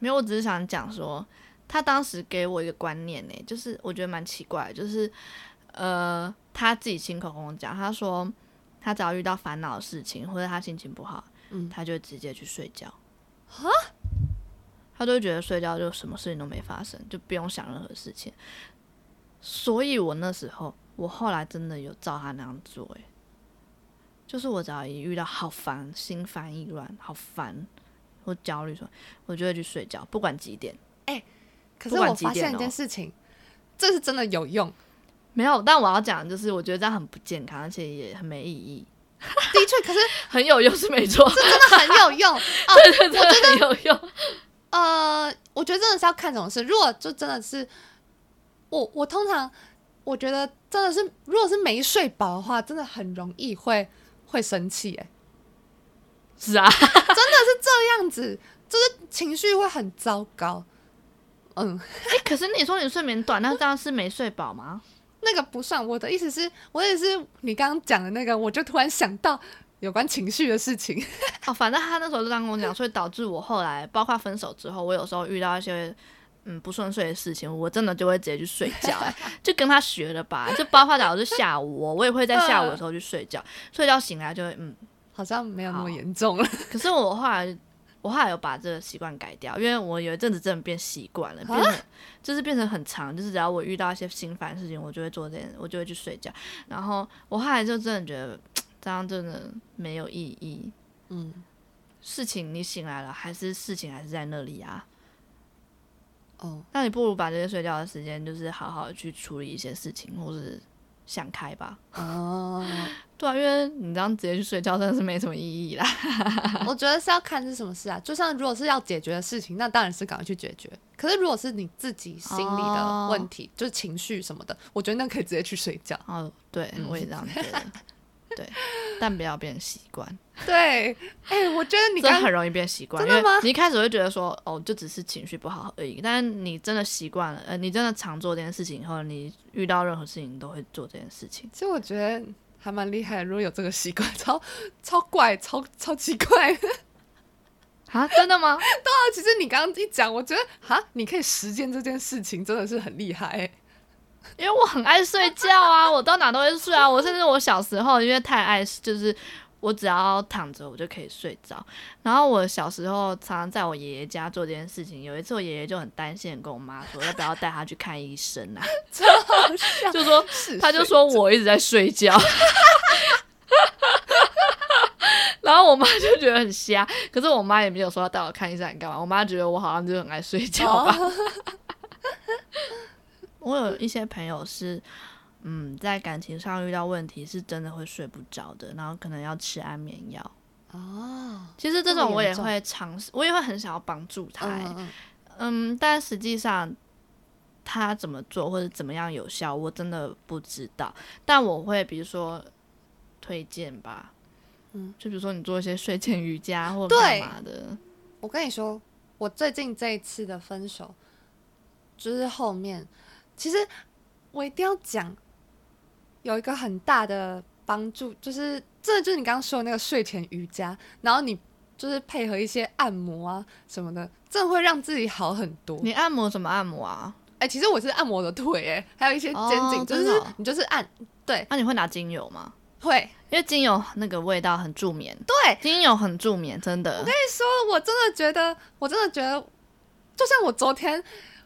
S1: 没有，我只是想讲说，他当时给我一个观念呢、就是我觉得蛮奇怪的，就是呃，他自己亲口跟我讲，他说他只要遇到烦恼的事情或者他心情不好，
S2: 嗯
S1: 他就直接去睡觉。他就会觉得睡觉就什么事情都没发生，就不用想任何事情。所以我那时候，我后来真的有照他那样做、欸，就是我只要一遇到好烦、心烦意乱、好烦或焦虑什么，我就会去睡觉，不管几点。
S2: 可
S1: 不
S2: 是
S1: 管
S2: 我
S1: 几
S2: 发现
S1: 点
S2: 一
S1: 哦
S2: 件事情，这是真的有用。
S1: 没有，但我要讲的就是，我觉得这样很不健康，而且也很没意义。
S2: 的确，可是
S1: 很有用是没错， [LAUGHS]
S2: 真的很有用。啊
S1: 真的很有用。 [LAUGHS]
S2: 呃，我觉得真的是要看什么事。如果就真的是我，我通常我觉得真的是，如果是没睡饱的话，真的很容易会会生气。哎，
S1: 是啊，
S2: 这样子就是情绪会很糟糕。嗯，
S1: 哎、可是你说你睡眠短，那这样是没睡饱吗？
S2: 那个不算。我的意思是，我也是你刚刚讲的那个，我就突然想到有关情绪的事情。
S1: 哦，反正他那时候就这样跟我讲，所以导致我后来，包括分手之后，我有时候遇到一些嗯不顺遂的事情，我真的就会直接去睡觉、哎就跟他学的吧。就包括假如是下午哦，我也会在下午的时候去睡觉，睡觉醒来就会嗯。
S2: 好像没有那
S1: 好
S2: 么严重了，
S1: 可是我后来，我后来有把这个习惯改掉，因为我有一阵子真的变习惯了，变成就是变成很长，就是只要我遇到一些心烦的事情，我就会做这件，我就会去睡觉。然后我后来就真的觉得嗯这样真的没有意义，
S2: 嗯，
S1: 事情你醒来了，还是事情还是在那里啊？
S2: 哦，
S1: 那你不如把这些睡觉的时间，就是好好地去处理一些事情，或是想开吧。
S2: 哦，
S1: 对啊，因为你这样直接去睡觉，真的是没什么意义啦。 [LAUGHS]
S2: 我觉得是要看是什么事啊。就像如果是要解决的事情，那当然是赶快去解决。可是如果是你自己心里的问题，就是情绪什么的，我觉得那可以直接去睡
S1: [LAUGHS]
S2: 觉。
S1: 哦，对，
S2: 嗯
S1: 我也这样觉得。对，但不要变习惯，
S2: 对，哎、我觉 [LAUGHS] 得你
S1: 真
S2: 刚
S1: 的很容易变习惯。
S2: 真的
S1: 因为
S2: 吗
S1: 你一开始会觉得说，哦，就只是情绪不好而已。但是你真的习惯了，呃，你真的常做这件事情以后，你遇到任何事情你都会做这件事情。
S2: 其实我觉得还 [LAUGHS] 蛮厉害的，如果有这个习惯，超超怪，超超奇怪。
S1: 啊，真的吗？
S2: 啊， [LAUGHS] 其实你刚刚一讲，我觉得哈，你可以实践这件事情，真的是很厉害欸、
S1: [LAUGHS] 因为我很爱睡觉啊，我到哪都会睡啊。我甚至我小时候因为太爱，就是我只要躺着我就可以睡着。然后我小时候常常在我爷爷家做这件事情。有一次我爷爷就很担心，跟我妈说要不要带他去看医生啊？ [LAUGHS]
S2: 超好笑。
S1: 就说
S2: 是
S1: 他就说我一直在睡觉。 [LAUGHS] 然后我妈就觉得很瞎，可是我妈也没有说要带我看医生，干嘛？我妈觉得我好像就很爱睡觉吧。哦我有一些朋友是，嗯，在感情上遇到问题，是真的会睡不着的，然后可能要吃安眠药。
S2: 哦，
S1: 其实这
S2: 这么
S1: 种我
S2: 严
S1: 也
S2: 重
S1: 会尝试，我也会很想要帮助他、欸
S2: 嗯嗯
S1: 嗯，但实际上他怎么做或者怎么样有效，我真的不知道。但我会比如说推荐吧，
S2: 嗯，
S1: 就比如说你做一些睡前瑜伽或干
S2: 对
S1: 嘛的，
S2: 嗯我跟你说，我最近这一次的分手，就是后面，其实我一定要讲，有一个很大的帮助，就是这就是你刚刚说的那个睡前瑜伽，然后你就是配合一些按摩啊什么的，真的会让自己好很多。
S1: 你按摩什么按摩啊？
S2: 哎、其实我是按摩我的腿、哎，还有一些肩颈，
S1: 哦
S2: 就
S1: 真的
S2: 是
S1: 哦
S2: 你就是按，对，
S1: 啊那、你会拿精油吗？
S2: 会，
S1: 因为精油那个味道很助眠，
S2: 对。
S1: 精油很助眠，真的。
S2: 说，我真的觉得，我真的觉得，就像我昨天，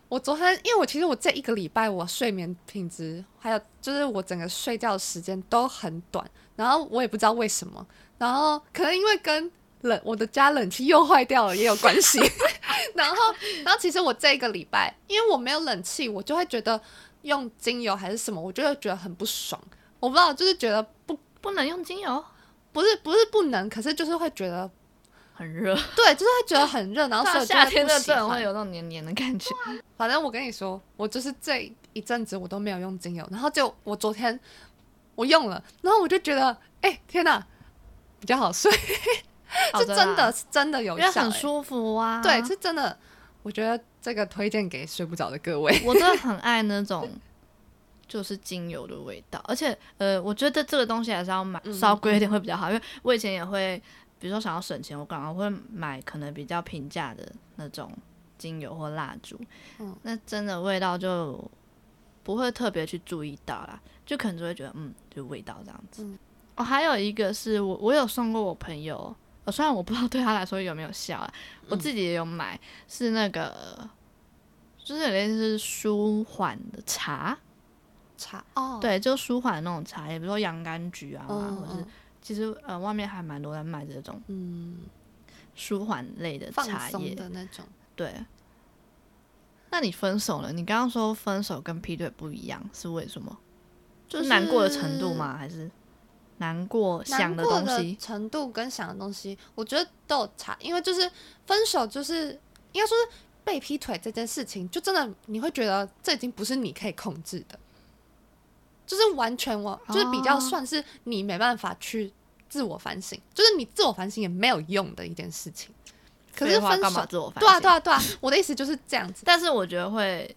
S2: 我昨天，因为我其实我这一个礼拜我睡眠品质，还有就是我整个睡觉时间都很短，然后我也不知道为什么，然后可能因为跟冷我的家冷气又坏掉了也有关系， [LAUGHS] 然后然后其实我这一个礼拜，因为我没有冷气，我就会觉得用精油还是什么，我就会觉得很不爽，我不知道，就是觉得不
S1: 不能用精油，
S2: 不是不是不能，可是就是会觉得
S1: 很热。
S2: 对，就是会觉得很
S1: [LAUGHS]
S2: 热，然后所
S1: 到
S2: 以我就
S1: 啊夏
S2: 会
S1: 天
S2: 不
S1: 的
S2: 喜
S1: 真的
S2: 欢
S1: 会有那种黏黏的感觉。
S2: 反正我跟你说，我就是这一阵子我都没有用精油，然后就我昨天我用了，然后我就觉得，哎、天哪，比较好睡， [LAUGHS]
S1: 好
S2: 是真
S1: 啦
S2: 的，，是真的有
S1: 因为
S2: 效、
S1: 很
S2: 哎
S1: 舒服啊。
S2: 对，是真的。我觉得这个推荐给睡不着的各位。
S1: 我真的很爱那种就是精油的味道，而且呃，我觉得这个东西还是要买
S2: 嗯
S1: 稍贵一点会比较好，因为我以前也会，比如说想要省钱，我刚刚会买可能比较平价的那种精油或蜡烛，
S2: 嗯
S1: 那真的味道就不会特别去注意到啦，就可能就会觉得嗯，就味道这样子。
S2: 嗯
S1: 哦，还有一个是我我有送过我朋友。呃虽然我不知道对他来说有没有效啊，我
S2: 嗯
S1: 自己也有买，是那个就是有类似舒缓的茶，
S2: 茶哦，
S1: 对，就舒缓那种茶叶，比如说洋甘菊啊，
S2: 嗯，
S1: 或者是
S2: 嗯
S1: 其实呃外面还蛮多在卖这种
S2: 嗯，
S1: 舒缓类的
S2: 放
S1: 茶
S2: 松
S1: 叶，
S2: 的那种。
S1: 对。那你分手了？你刚刚说分手跟劈腿不一样，是为什么？
S2: 就是
S1: 难过的程度吗？还是难过想
S2: 难过
S1: 东
S2: 的
S1: 西？
S2: 程度跟想的东西，我觉得都有差。因为就是分手，就是应该说是被劈腿这件事情，就真的你会觉得这已经不是你可以控制的，就是完全我就是比较
S1: 哦
S2: 算是你没办法去自我反省，就是你自我反省也没有用的一件事情。可是
S1: 废话
S2: 分
S1: 干嘛
S2: 手，
S1: 自我反省？
S2: 对啊对啊对啊，我的意思就是这样子。
S1: 但是我觉得会，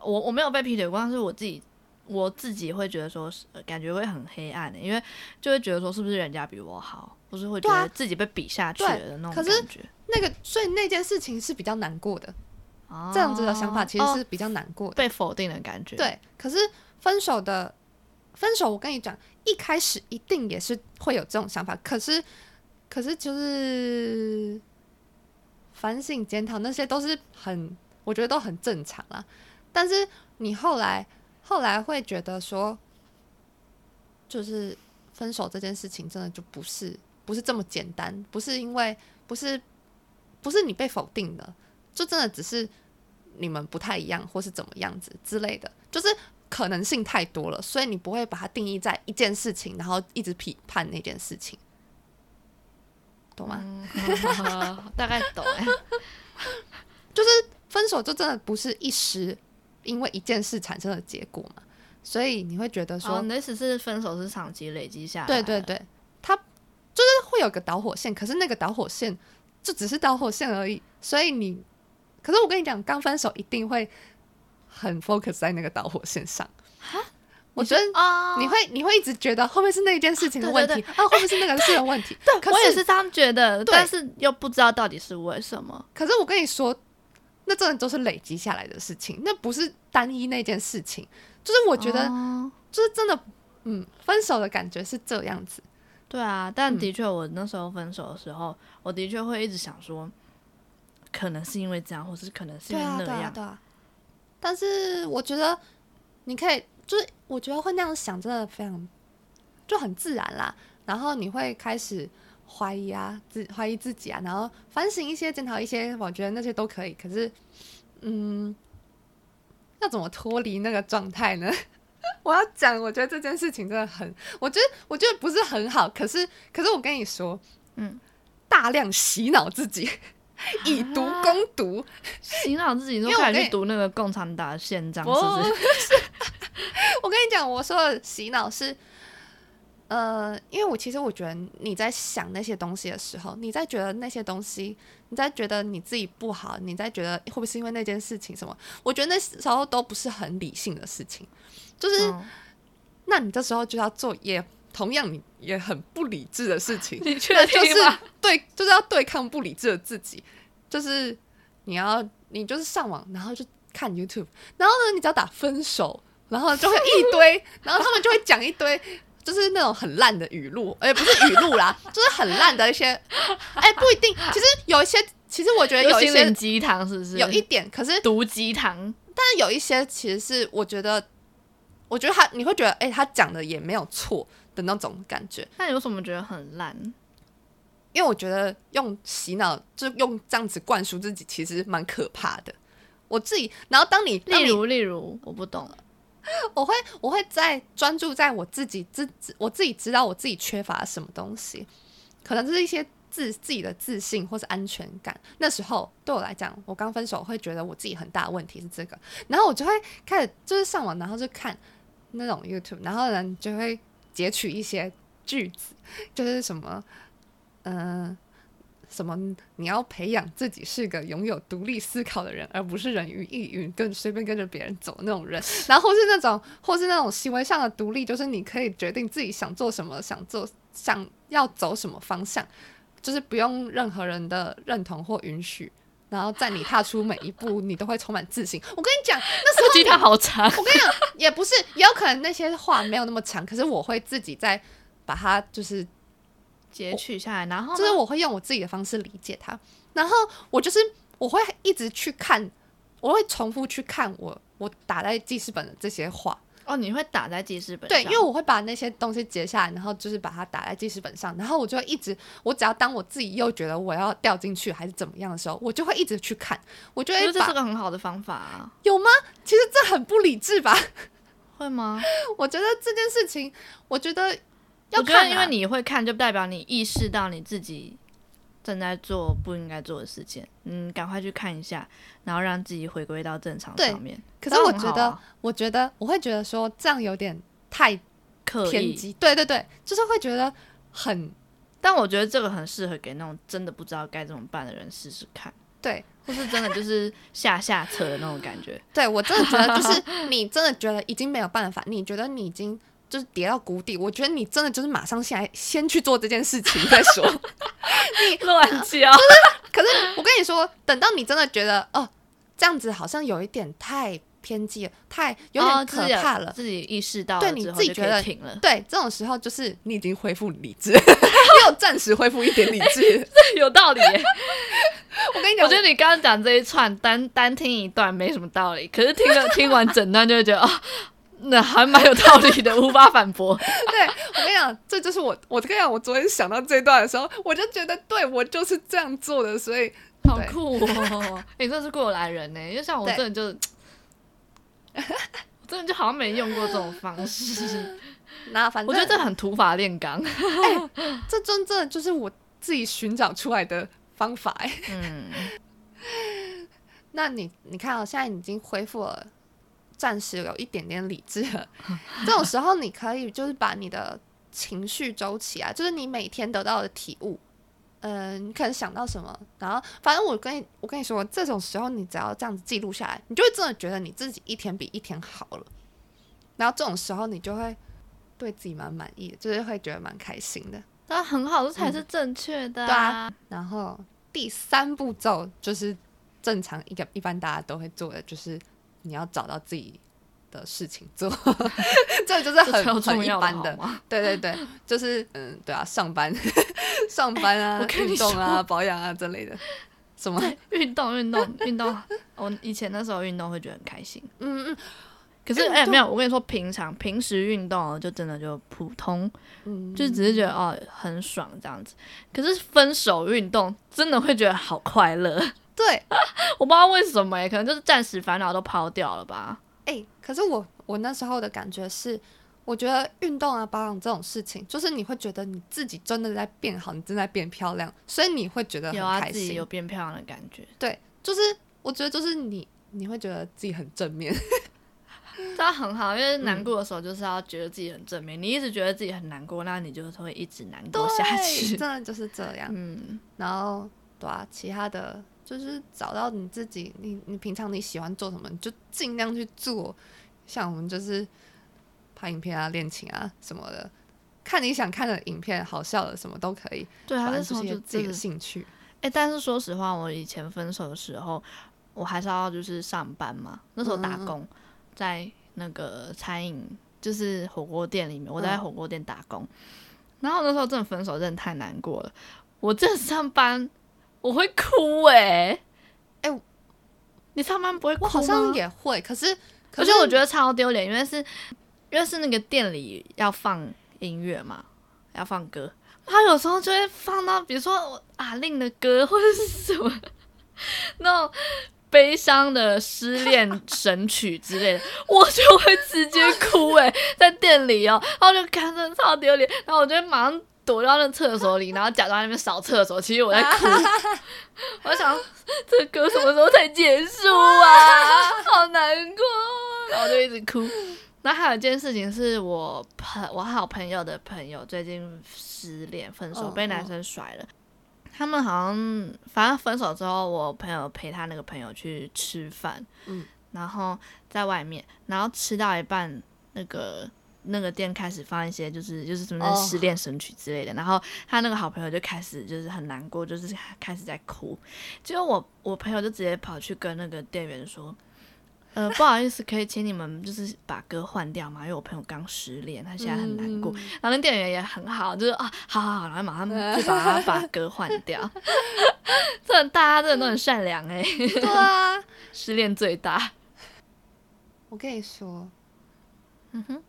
S1: 我我没有被劈腿过，但是我自己我自己会觉得说是，呃感觉会很黑暗的、因为就会觉得说是不是人家比我好，不是会觉
S2: 对啊
S1: 得自己被比下去了的那种
S2: 可
S1: 感
S2: 是
S1: 觉。
S2: 那个，所以那件事情是比较难过的，
S1: 哦
S2: 这样子的想法其实是
S1: 哦
S2: 比较难过的。
S1: 被否定的感觉。，
S2: 对，可是分手的分手，我跟你讲，一开始一定也是会有这种想法，可是可是就是反省检讨那些都是很，我觉得都很正常啦。但是你后来后来会觉得说，就是分手这件事情真的就不是不是这么简单，不是因为不是不是你被否定了，就真的只是你们不太一样，或是怎么样子之类的，就是可能性太多了，所以你不会把它定义在一件事情，然后一直批判那件事情，懂
S1: 嗯
S2: 吗？
S1: 大概懂哎、
S2: 分手就真的不是一时因为一件事产生的结果嘛，所以你会觉得说，
S1: 哦，你的意思是分手是长期累积下来？
S2: 对对。对，它就是会有个导火线，可是那个导火线就只是导火线而已，所以你，可是我跟你讲，刚分手一定会很 focus 在那个导火线上。我觉得
S1: 哦，
S2: 你会你会一直觉得后面是那件事情的
S1: 对
S2: 问
S1: 对哦
S2: 题，啊，会不会是那个事的问题？对可
S1: 我也
S2: 是
S1: 是这样觉得，
S2: 对
S1: 但是又不知道到底是为什么。
S2: 可是我跟你说，那真的都是累积下来的事情，那不是单一那件事情。就是我觉得，
S1: 哦
S2: 就是真的，嗯，分手的感觉是这样子。
S1: 对啊，但
S2: 嗯
S1: 的确，我那时候分手的时候，我的确会一直想说，可能是因为这样，或是可能是因为那样。
S2: 对啊。但是我觉得你可以，就是我觉得会那样想，真的非常就很自然啦。然后你会开始怀疑啊，自怀疑自己啊，然后反省一些，检讨一些，我觉得那些都可以。可是，嗯，要怎么脱离那个状态呢？ [LAUGHS] 我要讲，我觉得这件事情真的很，我觉得我觉得不是很好。可是，可是我跟你说，
S1: 嗯，
S2: 大量洗脑自己， [LAUGHS] 以毒
S1: 啊
S2: 攻毒。
S1: 洗脑自己，
S2: 因
S1: 就
S2: 为我
S1: 开
S2: 跟
S1: 始
S2: 你
S1: 去读那个共产党的宪章，
S2: 不
S1: 是不是？
S2: [LAUGHS] 我跟你讲，我说的洗脑是，呃，因为我其实我觉得你在想那些东西的时候，你在觉得那些东西，你在觉得你自己不好，你在觉得会不会是因为那件事情什么？我觉得那时候都不是很理性的事情，就是、
S1: 嗯
S2: 那你这时候就要做也同样你也很不理智的事情， [LAUGHS]
S1: 你确
S2: 那就
S1: 定
S2: 是
S1: 吗？
S2: 对，就是要对抗不理智的自己，就是你要你就是上网，然后就看 YouTube，然后呢，你只要打分手，然后就会一堆，然后他们就会讲一堆。就是那种很烂的语录，哎、不是语录啦，就是很烂的一些，哎、不一定。其实有一些，其实我觉得有
S1: 有
S2: 一
S1: 心
S2: 些
S1: 灵鸡汤是不是？
S2: 有一点，可是
S1: 毒鸡汤，
S2: 但是有一些其实是我觉得，我觉得他你会觉得，哎、他讲的也没有错的那种感觉。
S1: 那你为什么觉得很烂？
S2: 因为我觉得用洗脑，就用这样子灌输自己，其实蛮可怕的。我自己，然后当你，当
S1: 例
S2: 你，
S1: 如，例如，我不懂。
S2: 我会，我会在专注在我自己自自我自己知道我自己缺乏什么东西，可能就是一些自自己的自信或是安全感。那时候对我来讲，我刚分手会觉得我自己很大的问题是这个，然后我就会开始就是上网，然后就看那种 YouTube，然后呢你就会截取一些句子，就是什么，嗯、什么你要培养自己是个拥有独立思考的人，而不是人云亦云跟随便跟着别人走的那种人，然后或是那种或是那种行为上的独立，就是你可以决定自己想做什么，想做想要走什么方向，就是不用任何人的认同或允许。然后在你踏出每一步，你都会充满自信。我跟你讲，那时候
S1: 这鸡汤好长，
S2: [LAUGHS] 我跟你讲，也不是，也有可能那些话没有那么长，可是我会自己再把它，就是
S1: 截取下来，然后呢
S2: 就是我会用我自己的方式理解它，然后我就是我会一直去看，我会重复去看我我打在记事本的这些话，
S1: 哦，你会打在记事本
S2: 对，
S1: 上，
S2: 因为我会把那些东西截下来，然后就是把它打在记事本上，然后我就会一直，我只要当我自己又觉得我要掉进去还是怎么样的时候，我就会一直去看，我就
S1: 我觉得
S2: 会
S1: 这是
S2: 把
S1: 个很好的方法啊，
S2: 有吗？其实这很不理智吧？ [LAUGHS]
S1: 会吗？
S2: 我觉得这件事情，我觉得要
S1: 我觉得
S2: 看、啊，
S1: 因为你会看，就代表你意识到你自己正在做不应该做的事情，嗯，赶快去看一下，然后让自己回归到正常
S2: 对
S1: 上面。
S2: 可是我
S1: 这样
S2: 觉
S1: 很
S2: 得，
S1: 好啊
S2: 我觉得我会觉得说这样有点太
S1: 刻
S2: 偏
S1: 意，
S2: 激，对对对，就是会觉得很
S1: 但我觉得这个很适合给那种真的不知道该怎么办的人试试看，
S2: 对
S1: 或是真的就是下下策的那种感觉。
S2: 对，我真的觉得就是你真的觉得已经没有办法，你觉得你已经就是跌到谷底，我觉得你真的就是马上现在先去做这件事情再
S1: [LAUGHS]
S2: 说。
S1: [LAUGHS] 乱教，
S2: 可是我跟你说，等到你真的觉得哦，这样子好像有一点太偏激了，太有
S1: 哦
S2: 点
S1: 自
S2: 可
S1: 己有
S2: 怕了。
S1: 自己意识到
S2: 对
S1: 了
S2: 你
S1: 之后
S2: 自己
S1: 就
S2: 觉
S1: 可以
S2: 得
S1: 停 [LAUGHS] 了，
S2: 对，这种时候就是你已经恢复理智， [LAUGHS] 你有暂时恢复一点理智。 [LAUGHS]
S1: 有道理耶。
S2: 我跟你讲，
S1: [LAUGHS] 我觉得你刚刚讲这一串，单单听一段没什么道理，可是听了 [LAUGHS] 听完整段就会觉得哦，那还蛮有道理的，无法反驳。
S2: [LAUGHS] 对，我跟你讲，这就是我，我跟你讲，我昨天想到这一段的时候，我就觉得对我就是这样做的，所以
S1: [LAUGHS] 好酷哦！你真的是过来人欸呢，因为像我
S2: 对
S1: 真的就， [LAUGHS] 我真的就好像没用过这种方式。
S2: 那反正
S1: 我觉得 [LAUGHS] 这很土法炼钢。
S2: 这真正的就是我自己寻找出来的方法、哎，
S1: 嗯，
S2: 那你你看哦，现在已经恢复了，暂时有一点点理智了。 [LAUGHS] 这种时候，你可以就是把你的情绪周期啊，就是你每天得到的体悟。嗯，你可能想到什么，然后反正我跟你，我跟你说，这种时候你只要这样子记录下来，你就会真的觉得你自己一天比一天好了。然后这种时候你就会对自己蛮满意的，就是会觉得蛮开心的。
S1: 那很好，这才是正确的、
S2: 对啊，然后第三步骤就是正常一个一般大家都会做的，就是你要找到自己的事情做， [LAUGHS] 这就是
S1: 这超
S2: 很很
S1: 重
S2: 一
S1: 要
S2: 般
S1: 好
S2: 的。
S1: 吗？ [LAUGHS]
S2: 对对对，就是嗯，对啊，上班 [LAUGHS] 上班啊
S1: 哎我，跟你
S2: 运动啊，保养啊之类的，什么？
S1: 运动，运动，运动。我以前那时候运动会觉得很开心，
S2: 嗯嗯
S1: 可是
S2: 运
S1: 哎、
S2: 动
S1: 没有，我跟你说，平常平时运动哦就真的就普通，
S2: 嗯，
S1: 就只是觉得哦很爽这样子。可是分手运动真的会觉得好快乐， [LAUGHS]
S2: 对。
S1: 我不知道为什么哎、可能就是暂时烦恼都抛掉了吧。
S2: 哎、可是我我那时候的感觉是，我觉得运动啊、保养这种事情，就是你会觉得你自己真的在变好，你正在变漂亮，所以你会觉得
S1: 有啊
S2: 很，开
S1: 自己
S2: 心。
S1: 有变漂亮的感觉，
S2: 对，就是我觉得就是你你会觉得自己很正面。
S1: 这样很好，因为难过的时候就是要觉得自己很正面。你一直觉得自己很难过，那你就是会一直难过下
S2: 对，
S1: 去。
S2: 真的就是这样。
S1: 嗯，
S2: 然后对啊，其他的就是找到你自己，你你平常你喜欢做什么，你就尽量去做。像我们就是拍影片啊、恋情啊什么的，看你想看的影片，好笑的什么都可以。
S1: 对啊，
S2: 反
S1: 那
S2: 正
S1: 时候
S2: 是
S1: 就
S2: 自己
S1: 真
S2: 的
S1: 的
S2: 兴趣。
S1: 哎、但是说实话，我以前分手的时候，我还是要就是上班嘛，那时候打
S2: 嗯嗯嗯
S1: 工，在那个餐饮就是火锅店里面，我在
S2: 嗯
S1: 火锅店打工。然后那时候真的分手，真的太难过了。我真的上班我会哭哎、
S2: 哎
S1: 你上班不会哭
S2: 我
S1: 吗？
S2: 好像也会，可是可
S1: 而
S2: 是
S1: 且我觉得超丢脸，因为是因为是那个店里要放音乐嘛，要放歌，他有时候就会放到比如说我阿令的歌或者是什么 [LAUGHS] 那种悲伤的失恋神曲之类的，我就会直接哭欸诶、 [LAUGHS] 在店里哦、然后就看着超丢脸，然后我就会马上躲到那厕所里，然后假装在那边扫厕所，其实我在哭。我想这歌什么时候才结束啊？好难过，哦然后我就一直哭。然后还有一件事情是我朋我好朋友的朋友最近失恋分手，
S2: 嗯
S1: 被男生甩了。他们好像反正分手之后，我朋友陪他那个朋友去吃饭，
S2: 嗯
S1: 然后在外面，然后吃到一半，那个那个店开始放一些就是就是什么
S2: 哦
S1: 失恋神曲之类的，然后他那个好朋友就开始就是很难过，就是开始在哭。结果我我朋友就直接跑去跟那个店员说：“呃， [LAUGHS] 不好意思，可以请你们就是把歌换掉吗？因为我朋友刚失恋，他现在很难过。
S2: 嗯
S1: 然后那店员也很好，就是啊，好好好，然后马上就把他把歌换 [LAUGHS] 掉。这大家真的都很善良哎、
S2: 对啊，
S1: [LAUGHS] 失恋最大。
S2: 我跟你说，
S1: 嗯哼，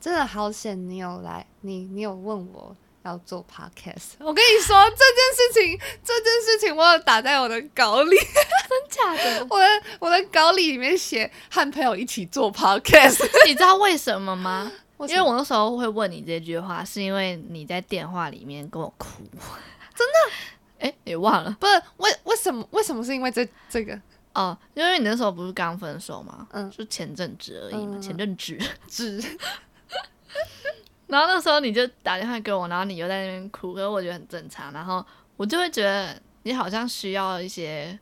S2: 真的好险你有来，你你有问我要做 podcast。我跟你说这件事情，这件事情我有打在我的稿 [LAUGHS] 里，
S1: 真假的？
S2: 我的我的稿里里面写和朋友一起做 podcast，
S1: 你知道为什么吗？
S2: [LAUGHS] 为什
S1: 因
S2: 么
S1: [LAUGHS] 为我那时候会问你这句话，是因为你在电话里面跟我哭， [LAUGHS] 真的？哎、也忘了
S2: 不是为为什么为什么是因为这这个
S1: 哦，因为你那时候不是刚分手吗？
S2: 嗯
S1: 就前阵子而已嘛，
S2: 嗯嗯嗯
S1: 前阵 [LAUGHS] 子。
S2: 纸？
S1: 然后那时候你就打电话给我，然后你又在那边哭，可是我觉得很正常。然后我就会觉得你好像需要一些，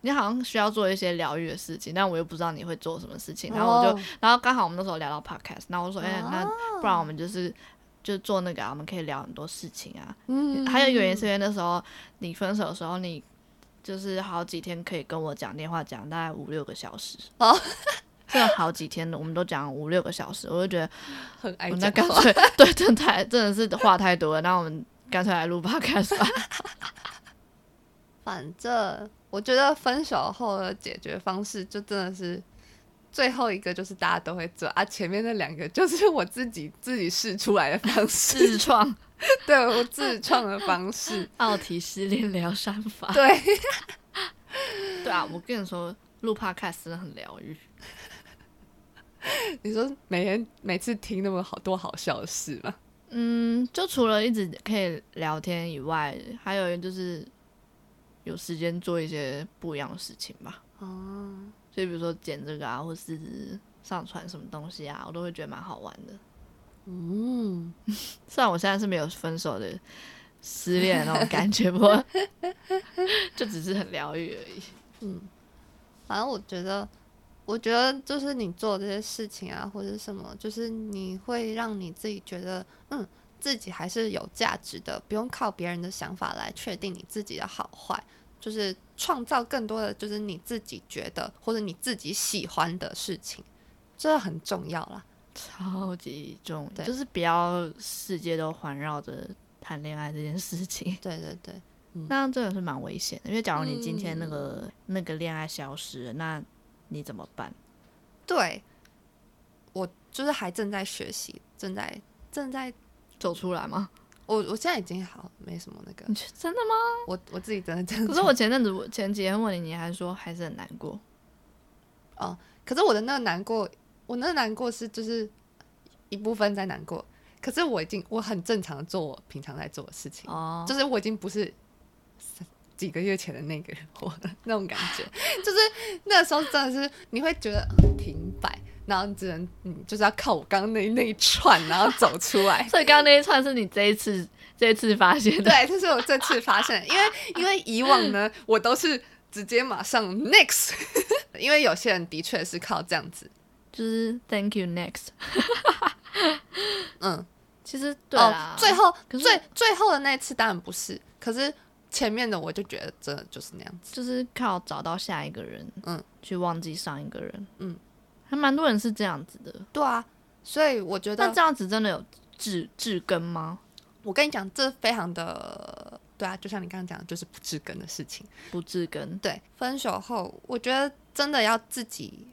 S1: 你好像需要做一些疗愈的事情，但我又不知道你会做什么事情。然后我就，
S2: 哦
S1: 然后刚好我们那时候聊到 podcast，然后我说，哎、
S2: 哦
S1: 那不然我们就是就做那个、啊，我们可以聊很多事情啊。
S2: 嗯
S1: 还有一个原因是因为那时候你分手的时候，你就是好几天可以跟我讲电话，讲大概五六个小时
S2: 哦，
S1: 真的好几天的，我们都讲五六个小时，我就觉得
S2: 很爱
S1: 我那
S2: 讲
S1: 干
S2: 话，
S1: 脆 [LAUGHS] 对，真的太真的是话太多了，那我们干脆来录 podcast [LAUGHS] 吧。
S2: 反正我觉得分手后的解决方式就真的是最后一个就是大家都会做啊，前面那两个就是我自己自己试出来的方式，
S1: 自创
S2: 对我自创的
S1: [LAUGHS]
S2: 方式，
S1: 奥体失恋疗伤法，
S2: 对，
S1: 对啊，我跟你说，录 podcast 真的很疗愈。
S2: 你说每天每次听那么好多好笑的事嘛，
S1: 嗯，就除了一直可以聊天以外，还有就是有时间做一些不一样的事情吧。
S2: 哦，
S1: 所以比如说剪这个啊，或是上传什么东西啊，我都会觉得蛮好玩的。
S2: 嗯，
S1: 虽然我现在是没有分手的失恋的那种感觉，不
S2: [LAUGHS]
S1: 过就只是很疗愈而已。
S2: 反正我觉得，我觉得就是你做这些事情啊，或者什么，就是你会让你自己觉得，嗯，自己还是有价值的，不用靠别人的想法来确定你自己的好坏，就是创造更多的就是你自己觉得或者你自己喜欢的事情，这很重要啦。
S1: 超级重要，
S2: 对
S1: 就是不要世界都环绕着谈恋爱这件事情。
S2: 对对对，
S1: 那这个是蛮危险的，因为假如你今天那
S2: 嗯
S1: 个、那个恋爱消失了，那你怎么办？
S2: 对，我就是还正在学习，正在正在，
S1: 走出来吗？
S2: 我我现在已经好没什么那个
S1: 你，去真的吗？
S2: 我我自己真的真的
S1: 可是我前阵子我前几天问你，你还说还是很难过。
S2: 可是我的那个难过，我那个难过是就是一部分在难过，可是我已经我很正常的做我平常在做的事情，
S1: [LAUGHS] 哦，。
S2: 就是我已经不是三几个月前的那个人 [LAUGHS] 我了那种感觉，就是那时候真的是你会觉得嗯停摆，然后你只能嗯就是要靠我刚刚那那一串，然后走出
S1: [LAUGHS]
S2: 来
S1: 所以刚刚那一串是你这一次这一次发现的，
S2: 对，这是我这次发现的，因为因为以往呢，我都是直接马上 next，因为有些人的确是靠这样子，
S1: [LAUGHS] 就是 Thank you next。
S2: 嗯，
S1: 其实对
S2: 哦
S1: 啦，，
S2: 最后
S1: 可是
S2: 最最后的那一次当然不是，可是前面的我就觉得真的就是那样子。
S1: 就是靠找到下一个人，
S2: 嗯，
S1: 去忘记上一个人，
S2: 嗯，
S1: 还蛮多人是这样子的。
S2: 对啊，所以我觉
S1: 那
S2: 得
S1: 这样子真的有治治根吗？
S2: 我跟你讲，这非常的对啊，就像你刚刚讲的，就是不知根的事情。
S1: 不治根，
S2: 对，分手后，我觉得真的要自己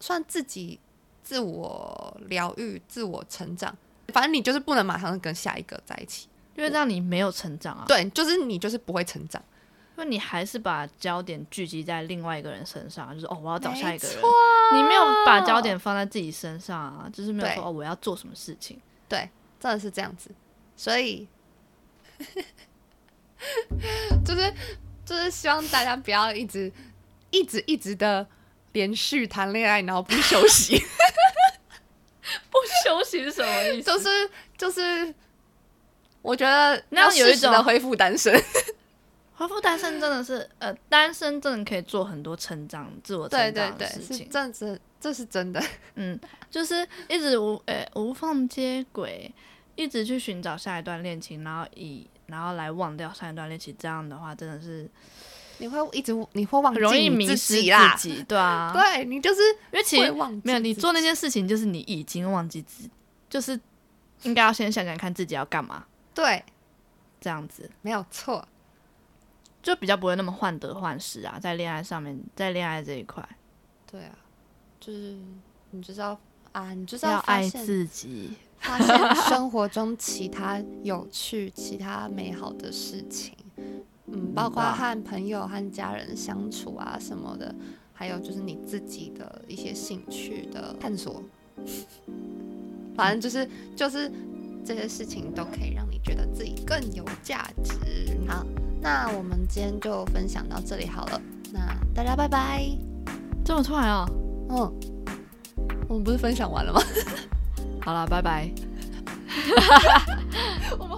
S2: 算自己自我疗愈、自我成长。反正你就是不能马上跟下一个在一起，
S1: 因为让你没有成长啊。，
S2: 对，就是你就是不会成长。
S1: 因为你还是把焦点聚集在另外一个人身上，就是哦，我要找下一个人
S2: 没错，
S1: 你没有把焦点放在自己身上啊，就是没有
S2: 对
S1: 说哦，我要做什么事情。
S2: 对，真的是这样子，所以 [LAUGHS] 就是就是希望大家不要一直一直一直的连续谈恋爱，然后不 [LAUGHS] 休息，
S1: [LAUGHS] 不休息是什么意思？
S2: 就是就是，我觉得
S1: 那
S2: 要
S1: 有一
S2: 适时的
S1: 种
S2: 恢复单身，
S1: 恢复单身真的是，呃，单身真的可以做很多成长、自我
S2: 对
S1: 成
S2: 对
S1: 长
S2: 对
S1: 的，事
S2: 是
S1: 情。
S2: 这样子，这是真 [LAUGHS] 的，
S1: 嗯，就是一直无呃、无缝接轨，一直去寻找下一段恋情，然后以然后来忘掉上一段恋情，这样的话真的是
S2: 你会一直你会忘
S1: 很容
S2: 记
S1: 易
S2: 你
S1: 迷
S2: 自
S1: 失
S2: 己啦，
S1: 己对啊，
S2: 对你就是
S1: 因为其
S2: 会
S1: 实
S2: 忘记
S1: 没有你
S2: 自
S1: 做那
S2: 己
S1: 件事情，就是你已经忘记自，就是应该要先想想看自己要干嘛，
S2: 对，
S1: 这样子
S2: 没有错，
S1: 就比较不会那么患得患失啊，在恋爱上面，在恋爱这一块
S2: 对啊，就是你就是要啊，你就是
S1: 要
S2: 发
S1: 爱
S2: 现
S1: 自己，
S2: 发现生活中其他有趣、其他美好的事情，嗯，包括和朋友、和家人相处啊什么的，还有就是你自己的一些兴趣的探索，反正就是就是这些事情都可以让你觉得自己更有价值。好，那我们今天就分享到这里好了，那大家拜拜。
S1: 这么突然哦，
S2: 嗯，我们不是分享完了吗？
S1: 好了，拜拜。
S2: 我们